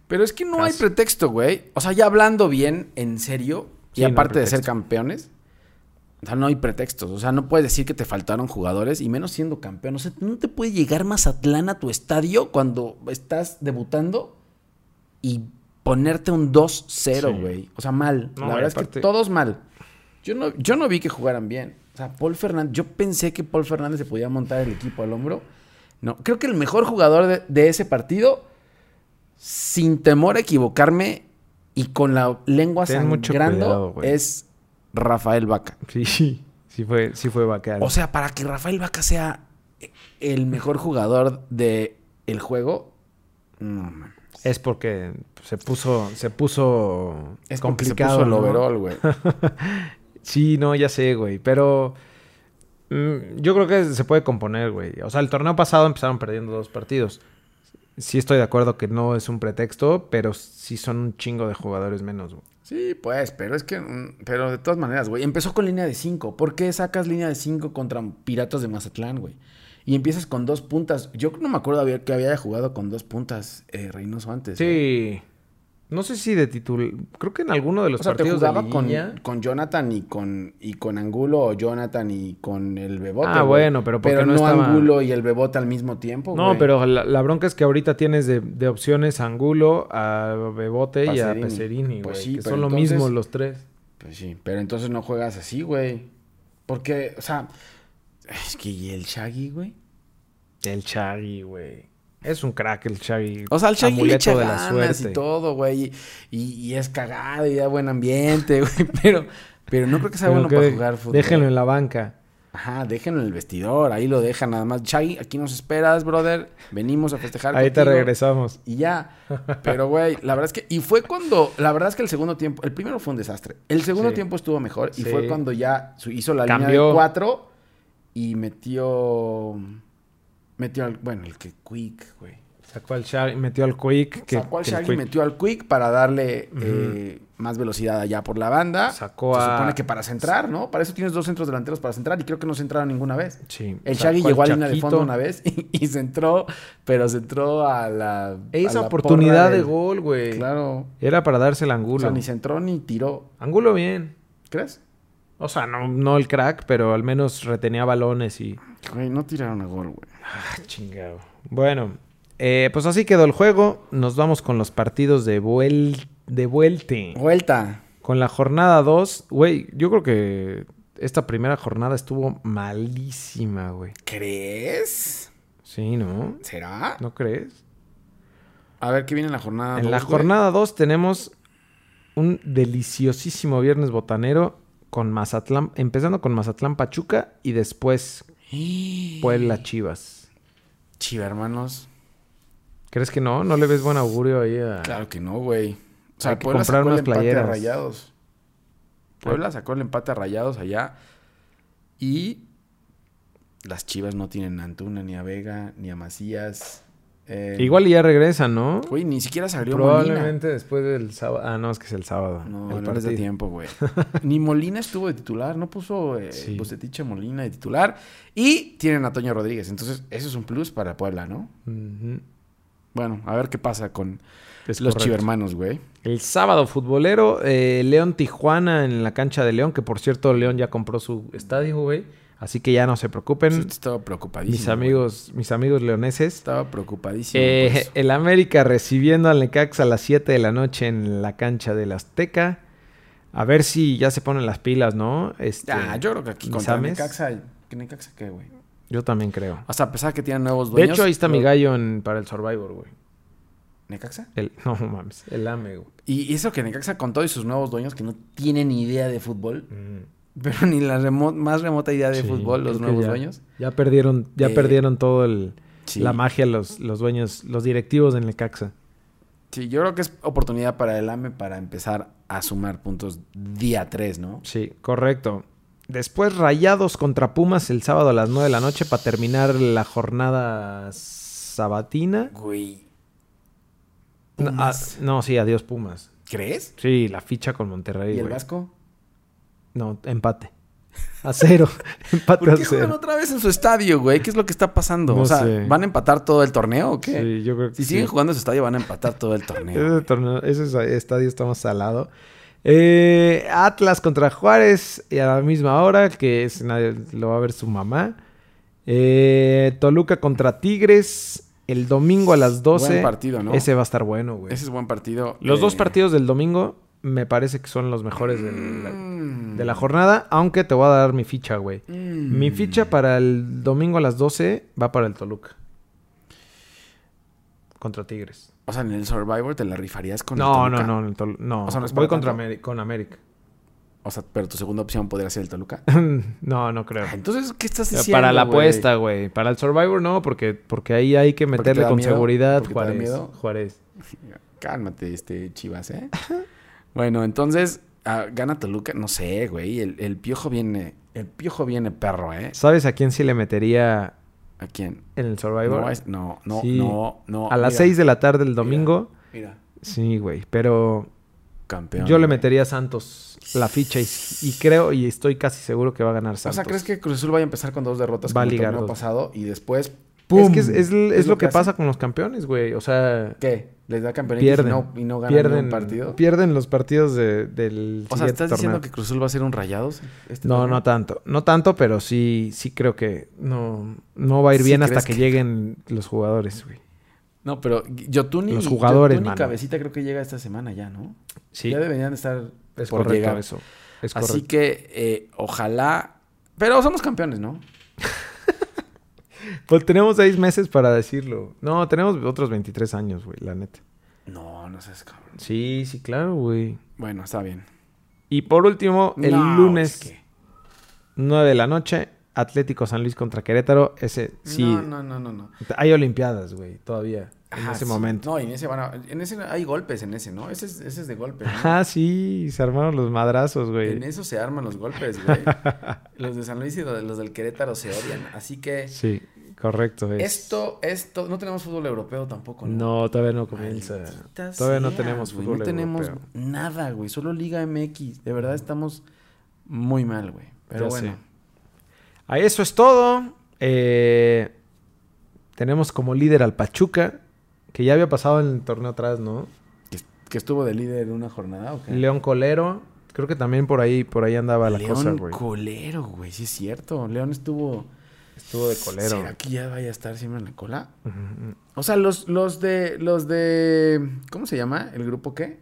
Speaker 2: Pero es que no hay
Speaker 1: Casi.
Speaker 2: pretexto, güey. O sea, ya hablando bien, en serio.
Speaker 1: Sí,
Speaker 2: y
Speaker 1: no hay
Speaker 2: aparte de ser
Speaker 1: pretexto.
Speaker 2: campeones. O sea, no hay pretextos. O sea, no puedes decir que te faltaron jugadores y menos siendo campeón. O sea, no te puede llegar Mazatlán a tu estadio cuando estás debutando y ponerte un 2-0,
Speaker 1: Sí.
Speaker 2: güey. O sea, mal.
Speaker 1: No,
Speaker 2: La
Speaker 1: y
Speaker 2: verdad es que
Speaker 1: aparte-
Speaker 2: todos mal. Yo no, yo no vi que jugaran bien. O sea, Paul Fernández, yo pensé que Paul Fernández se podía montar el equipo al hombro. No, creo que el mejor jugador de, de ese partido, sin temor a equivocarme y con la lengua
Speaker 1: Ten mucho cuidado,
Speaker 2: sangrando,
Speaker 1: güey.
Speaker 2: es Rafael Vaca.
Speaker 1: Sí, sí. Sí fue, sí fue bacán.
Speaker 2: O sea, para que Rafael Vaca sea el mejor jugador de el juego, no, man.
Speaker 1: es porque se puso, se puso
Speaker 2: es complicado.
Speaker 1: complicado.
Speaker 2: el
Speaker 1: ¿no?
Speaker 2: overall, güey.
Speaker 1: Sí, no, ya sé, güey. Pero mm, yo creo que se puede componer, güey. O sea, el torneo pasado empezaron perdiendo dos partidos. Sí estoy de acuerdo que no es un pretexto, pero sí son un chingo de jugadores menos, güey.
Speaker 2: Sí, pues, pero es que. mm, Pero de todas maneras, güey. Empezó con línea de 5. ¿Por qué sacas línea de 5 contra Piratas de Mazatlán, güey? Y empiezas con dos puntas. Yo no me acuerdo haber- que había jugado con dos puntas eh, Reynoso antes. güey.
Speaker 1: Sí. No sé si de titular. Creo que en alguno de los
Speaker 2: O sea, te
Speaker 1: partidos de
Speaker 2: jugaba con,
Speaker 1: liguilla.
Speaker 2: con Jonathan y con, y con Angulo o Jonathan y con el Bebote.
Speaker 1: Ah,
Speaker 2: güey.
Speaker 1: bueno, pero porque
Speaker 2: pero no,
Speaker 1: no estaba-
Speaker 2: Angulo y el Bebote al mismo tiempo.
Speaker 1: No,
Speaker 2: güey.
Speaker 1: pero la, la bronca es que ahorita tienes de, de opciones a Angulo, a Bebote y a
Speaker 2: Pacerini.
Speaker 1: Peserini,
Speaker 2: Pues
Speaker 1: güey,
Speaker 2: sí,
Speaker 1: que
Speaker 2: pero
Speaker 1: son lo
Speaker 2: entonces-
Speaker 1: mismo los tres.
Speaker 2: Pues sí, pero entonces no juegas así, güey. Porque, o sea, es que ¿y el Shaggy, güey?
Speaker 1: El Chagui, güey. Es un crack el Chagui.
Speaker 2: O sea, el Shaggy le
Speaker 1: Amuleto
Speaker 2: echa
Speaker 1: de la
Speaker 2: ganas
Speaker 1: suerte.
Speaker 2: y todo, güey. Y, y es cagado y da buen ambiente, güey. Pero, pero no creo que sea
Speaker 1: Pero
Speaker 2: bueno
Speaker 1: que
Speaker 2: para
Speaker 1: de-
Speaker 2: jugar fútbol.
Speaker 1: Déjenlo en la banca.
Speaker 2: Ajá, déjenlo en el vestidor. Ahí lo dejan nada más. Shaggy, aquí nos esperas, brother. Venimos a festejar
Speaker 1: Ahí te
Speaker 2: contigo.
Speaker 1: regresamos.
Speaker 2: Y ya. Pero, güey, la verdad es que. Y fue cuando. La verdad es que el segundo tiempo. El primero fue un desastre. El segundo
Speaker 1: Sí.
Speaker 2: tiempo estuvo mejor. Y
Speaker 1: Sí.
Speaker 2: fue cuando ya su- hizo la línea de
Speaker 1: Cambió.
Speaker 2: cuatro. Y metió. Metió al. Bueno, el que Quick, güey.
Speaker 1: Sacó al Shaggy, metió al Quick. Que,
Speaker 2: Sacó al
Speaker 1: que el
Speaker 2: Shaggy,
Speaker 1: Quick-
Speaker 2: metió al Quick para darle eh, más velocidad allá por la banda.
Speaker 1: Sacó
Speaker 2: Se
Speaker 1: a-
Speaker 2: supone que para centrar, ¿no? Para eso tienes dos centros delanteros para centrar. Y creo que no centraron ninguna vez.
Speaker 1: Sí,
Speaker 2: El
Speaker 1: sacó
Speaker 2: Shaggy
Speaker 1: al
Speaker 2: llegó a línea de
Speaker 1: Chaquito.
Speaker 2: fondo una vez y, y se entró, pero se entró a la. a
Speaker 1: Esa
Speaker 2: la porra
Speaker 1: oportunidad de
Speaker 2: del-
Speaker 1: gol, güey.
Speaker 2: Claro.
Speaker 1: Era para darse el
Speaker 2: O
Speaker 1: Angulo.
Speaker 2: sea, ni se entró ni tiró.
Speaker 1: Angulo bien.
Speaker 2: ¿Crees?
Speaker 1: O sea, no, no el crack, pero al menos retenía balones y...
Speaker 2: Güey, no tiraron a gol, güey.
Speaker 1: Ah, chingado. Bueno, eh, pues así quedó el juego. Nos vamos con los partidos de, vuel de vuelte.
Speaker 2: Vuelta.
Speaker 1: Con la jornada 2, güey, yo creo que esta primera jornada estuvo malísima, güey.
Speaker 2: ¿Crees?
Speaker 1: Sí, ¿no?
Speaker 2: ¿Será?
Speaker 1: ¿No crees?
Speaker 2: A ver qué viene en la jornada.
Speaker 1: en
Speaker 2: dos,
Speaker 1: la
Speaker 2: Ah, güey?
Speaker 1: jornada 2 tenemos un deliciosísimo viernes botanero con Mazatlán, empezando con Mazatlán Pachuca y después Puebla Chivas.
Speaker 2: Chiva, hermanos.
Speaker 1: ¿Crees que no? ¿No le ves buen augurio ahí a...
Speaker 2: Claro que no, güey. O sea,
Speaker 1: Hay que
Speaker 2: Puebla
Speaker 1: comprar
Speaker 2: sacó el
Speaker 1: unas
Speaker 2: empate
Speaker 1: playeras.
Speaker 2: a rayados. Puebla sacó el empate a rayados allá. Y las chivas no tienen a Antuna, ni a Vega, ni a Macías. Eh,
Speaker 1: Igual y ya regresan, ¿no?
Speaker 2: Güey, ni siquiera salió Molina.
Speaker 1: Probablemente después del sábado. Ah, no, es que es el sábado.
Speaker 2: No,
Speaker 1: el
Speaker 2: no les da
Speaker 1: partido.
Speaker 2: tiempo, güey. Ni Molina estuvo de titular. No puso eh,
Speaker 1: Sí.
Speaker 2: Bucetich a Molina de titular. Y tienen a Toño Rodríguez. Entonces, eso es un plus para Puebla, ¿no?
Speaker 1: Ujú.
Speaker 2: Bueno, a ver qué pasa con
Speaker 1: Es
Speaker 2: los
Speaker 1: correcto.
Speaker 2: chivermanos, güey.
Speaker 1: El sábado futbolero, eh, León Tijuana en la cancha de León, que por cierto León ya compró su estadio, güey. Así que ya no se
Speaker 2: Sí,
Speaker 1: preocupen,
Speaker 2: Estaba preocupadísimo.
Speaker 1: mis
Speaker 2: güey.
Speaker 1: amigos, mis amigos leoneses.
Speaker 2: Estaba preocupadísimo. pues.
Speaker 1: Eh,
Speaker 2: por eso.
Speaker 1: el América recibiendo al Necaxa a las 7 de la noche en la cancha del Azteca. A ver si ya se ponen las pilas, ¿no? Este,
Speaker 2: Ah, yo creo que aquí
Speaker 1: ¿mis
Speaker 2: contra
Speaker 1: ames?
Speaker 2: Necaxa. ¿Qué Necaxa qué, güey?
Speaker 1: Yo también creo.
Speaker 2: O sea, a pesar que tienen nuevos
Speaker 1: De
Speaker 2: dueños.
Speaker 1: hecho, ahí está mi
Speaker 2: lo-
Speaker 1: gallo en- para el Survivor, güey.
Speaker 2: ¿Necaxa?
Speaker 1: El, no mames, el AME, güey.
Speaker 2: Y y eso que Necaxa con todos sus nuevos dueños que no tienen ni idea de fútbol,
Speaker 1: Mm.
Speaker 2: pero ni la remo- más remota idea de
Speaker 1: Sí,
Speaker 2: fútbol, los
Speaker 1: creo que
Speaker 2: nuevos
Speaker 1: ya-
Speaker 2: dueños.
Speaker 1: Ya perdieron, ya
Speaker 2: Eh,
Speaker 1: perdieron todo el
Speaker 2: sí.
Speaker 1: la magia los, los dueños, los directivos del Necaxa.
Speaker 2: Sí, yo creo que es oportunidad para el AME para empezar a sumar puntos día 3, ¿no?
Speaker 1: Sí, correcto. Después Rayados contra Pumas el sábado a las 9 de la noche para terminar la jornada sabatina.
Speaker 2: Güey.
Speaker 1: No, ah,
Speaker 2: Pumas.
Speaker 1: no, sí, adiós Pumas.
Speaker 2: ¿Crees?
Speaker 1: Sí, la ficha con Monterrey,
Speaker 2: ¿Y el
Speaker 1: güey.
Speaker 2: Vasco?
Speaker 1: No, empate. A cero. empate
Speaker 2: ¿Por
Speaker 1: a
Speaker 2: qué juegan
Speaker 1: cero.
Speaker 2: otra vez en su estadio, güey? ¿Qué es lo que está pasando?
Speaker 1: No
Speaker 2: o sea,
Speaker 1: sé.
Speaker 2: ¿van a empatar todo el torneo o qué?
Speaker 1: Sí, yo creo que sí.
Speaker 2: Si
Speaker 1: Eh,
Speaker 2: siguen jugando en su estadio, van a empatar todo el torneo.
Speaker 1: Ese, torneo- ese estadio está más salado. Eh, Atlas contra Juárez y a la misma hora, que es, nadie- lo va a ver su mamá. Eh, Toluca contra Tigres el domingo a las 12.
Speaker 2: Buen partido, ¿no?
Speaker 1: Ese va a estar bueno, güey.
Speaker 2: Ese es buen partido.
Speaker 1: Los
Speaker 2: Eh,
Speaker 1: dos partidos del domingo me parece que son los mejores del-
Speaker 2: mm,
Speaker 1: de la jornada, aunque te voy a dar mi ficha, güey.
Speaker 2: mm.
Speaker 1: Mi ficha para el domingo a las 12 va para el Toluca. Contra Tigres.
Speaker 2: O sea, en el Survivor te la rifarías con el
Speaker 1: No,
Speaker 2: Toluca?
Speaker 1: no, no, el Tolu- no.
Speaker 2: O sea, no es para
Speaker 1: Voy contra
Speaker 2: tanto.
Speaker 1: Ameri- con América.
Speaker 2: O sea, pero tu segunda opción podría ser el Toluca.
Speaker 1: no, no creo. Eh,
Speaker 2: Ah, Entonces, ¿qué estás diciendo?
Speaker 1: para la
Speaker 2: güey?
Speaker 1: apuesta, güey. Para el Survivor no, porque, porque ahí hay que
Speaker 2: Porque te
Speaker 1: meterle
Speaker 2: da
Speaker 1: con
Speaker 2: miedo,
Speaker 1: seguridad
Speaker 2: porque te da
Speaker 1: Juárez.
Speaker 2: miedo.
Speaker 1: Juárez.
Speaker 2: Cálmate, este Chivas, ¿eh? bueno, entonces, ah, gana Toluca. No sé, güey. El, el piojo viene. El piojo viene perro, ¿eh?
Speaker 1: ¿Sabes a quién sí le metería
Speaker 2: ¿A quién?
Speaker 1: en el Survivor?
Speaker 2: No, es- no, no,
Speaker 1: Sí.
Speaker 2: no, no.
Speaker 1: a las
Speaker 2: Mira,
Speaker 1: 6 de la tarde el domingo.
Speaker 2: Mira,
Speaker 1: Sí, güey. Pero
Speaker 2: campeón.
Speaker 1: yo le
Speaker 2: güey.
Speaker 1: metería a Santos la ficha y, y creo y estoy casi seguro que va a ganar
Speaker 2: O
Speaker 1: Santos.
Speaker 2: sea, ¿crees que Cruz Azul va a empezar con dos derrotas
Speaker 1: Va a
Speaker 2: como el
Speaker 1: ligar
Speaker 2: torneo
Speaker 1: dos.
Speaker 2: pasado y después.
Speaker 1: Es
Speaker 2: ¡pum!
Speaker 1: que es, es l- es lo que,
Speaker 2: hace?
Speaker 1: pasa con los campeones, güey. O sea,
Speaker 2: ¿Qué? les da campeonato y
Speaker 1: Pierden.
Speaker 2: no, y no ganan
Speaker 1: pierden,
Speaker 2: ningún partido.
Speaker 1: pierden los partidos de- del
Speaker 2: o sea,
Speaker 1: siguiente
Speaker 2: ¿estás diciendo
Speaker 1: torneo.
Speaker 2: que Cruzul va a ser un rayados? este
Speaker 1: No,
Speaker 2: torneo?
Speaker 1: no tanto. No tanto, pero sí, sí creo que no, no va a ir
Speaker 2: ¿Sí
Speaker 1: bien hasta
Speaker 2: crees
Speaker 1: que,
Speaker 2: que-
Speaker 1: lleguen los jugadores, güey.
Speaker 2: No, pero Yotuni,
Speaker 1: Los jugadores,
Speaker 2: Yotuni
Speaker 1: mano.
Speaker 2: Cabecita creo que llega esta semana ya, ¿no?
Speaker 1: Sí,
Speaker 2: Ya deberían de estar
Speaker 1: es
Speaker 2: por
Speaker 1: correcto
Speaker 2: llegar.
Speaker 1: eso. Es
Speaker 2: Así
Speaker 1: correcto.
Speaker 2: que eh, ojalá... Pero somos campeones, ¿no?
Speaker 1: Pues tenemos seis meses para decirlo. No, tenemos otros 23 años, güey, la neta.
Speaker 2: No, no seas cabrón.
Speaker 1: Sí, sí, claro, güey.
Speaker 2: Bueno, está bien.
Speaker 1: Y por último, el
Speaker 2: No,
Speaker 1: lunes
Speaker 2: es que-
Speaker 1: 9 de la noche, Atlético San Luis contra Querétaro. Ese sí.
Speaker 2: No, no, no, no, no.
Speaker 1: Hay Olimpiadas, güey, todavía. En
Speaker 2: Ajá,
Speaker 1: ese
Speaker 2: sí.
Speaker 1: momento.
Speaker 2: No, y en ese van a- En ese hay golpes en ese, ¿no? Ese es, ese es de golpes, ¿no?
Speaker 1: Ajá, sí, se armaron los madrazos, güey.
Speaker 2: En eso se arman los golpes, güey. los de San Luis y los del Querétaro se odian. Así que
Speaker 1: Sí, correcto. es-
Speaker 2: esto, esto, no tenemos fútbol europeo tampoco, ¿no?
Speaker 1: No, todavía no comienza.
Speaker 2: Maldita
Speaker 1: Todavía no
Speaker 2: sea,
Speaker 1: tenemos
Speaker 2: güey,
Speaker 1: fútbol
Speaker 2: No tenemos
Speaker 1: europeo.
Speaker 2: nada, güey. Solo Liga MX. De verdad estamos muy mal, güey. Pero
Speaker 1: Ya
Speaker 2: bueno.
Speaker 1: sé. Ah, Eso es todo. Eh, tenemos como líder al Pachuca, que ya había pasado en el torneo atrás, ¿no?
Speaker 2: ¿Que, que estuvo de líder en una jornada o qué?
Speaker 1: León Colero. Creo que también por ahí, por ahí andaba la
Speaker 2: León
Speaker 1: cosa, güey.
Speaker 2: colero, güey. Sí es cierto. León estuvo...
Speaker 1: Estuvo de colero.
Speaker 2: ¿Será que ya vaya a estar siempre en la cola?
Speaker 1: Ujú.
Speaker 2: O sea, los, los de. Los de. ¿Cómo se llama? ¿El grupo qué?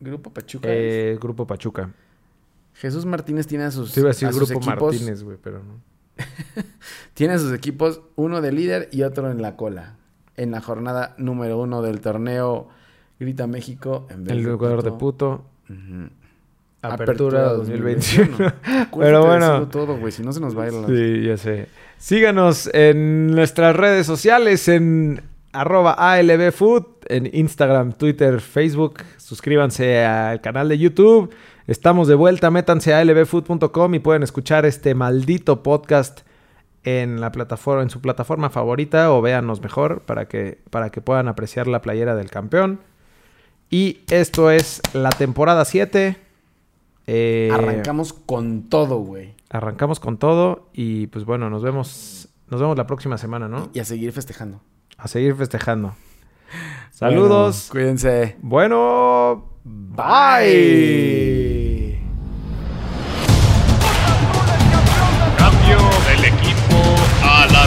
Speaker 2: Grupo Pachuca. es?
Speaker 1: Eh, grupo Pachuca.
Speaker 2: Jesús Martínez tiene a sus,
Speaker 1: Te iba a decir
Speaker 2: a sus
Speaker 1: Grupo
Speaker 2: equipos.
Speaker 1: Martínez, güey, pero no.
Speaker 2: Tiene a sus equipos, uno de líder y otro en la cola. En la jornada número uno del torneo Grita México en vez
Speaker 1: El
Speaker 2: de
Speaker 1: jugador de
Speaker 2: puto.
Speaker 1: puto.
Speaker 2: Ujú.
Speaker 1: Apertura, 2021. bueno.
Speaker 2: Pero bueno. todo, güey. Si no se nos va a ir la...
Speaker 1: Sí, ya sé. Síganos en nuestras redes sociales, en arroba ALBFood, en Instagram, Twitter, Facebook. Suscríbanse al canal de YouTube. Estamos de vuelta, métanse a albfood.com y pueden escuchar este maldito podcast en la plataforma, en su plataforma favorita, o véanos mejor para que, para que puedan apreciar la playera del campeón. Y esto es la temporada 7. Eh,
Speaker 2: Arrancamos con todo, güey.
Speaker 1: arrancamos con todo y pues bueno, nos vemos nos vemos la próxima semana, ¿no?
Speaker 2: Y a seguir festejando.
Speaker 1: A seguir festejando. Saludos.
Speaker 2: Bueno, cuídense.
Speaker 1: Bueno, bye.
Speaker 3: Cambio del equipo a la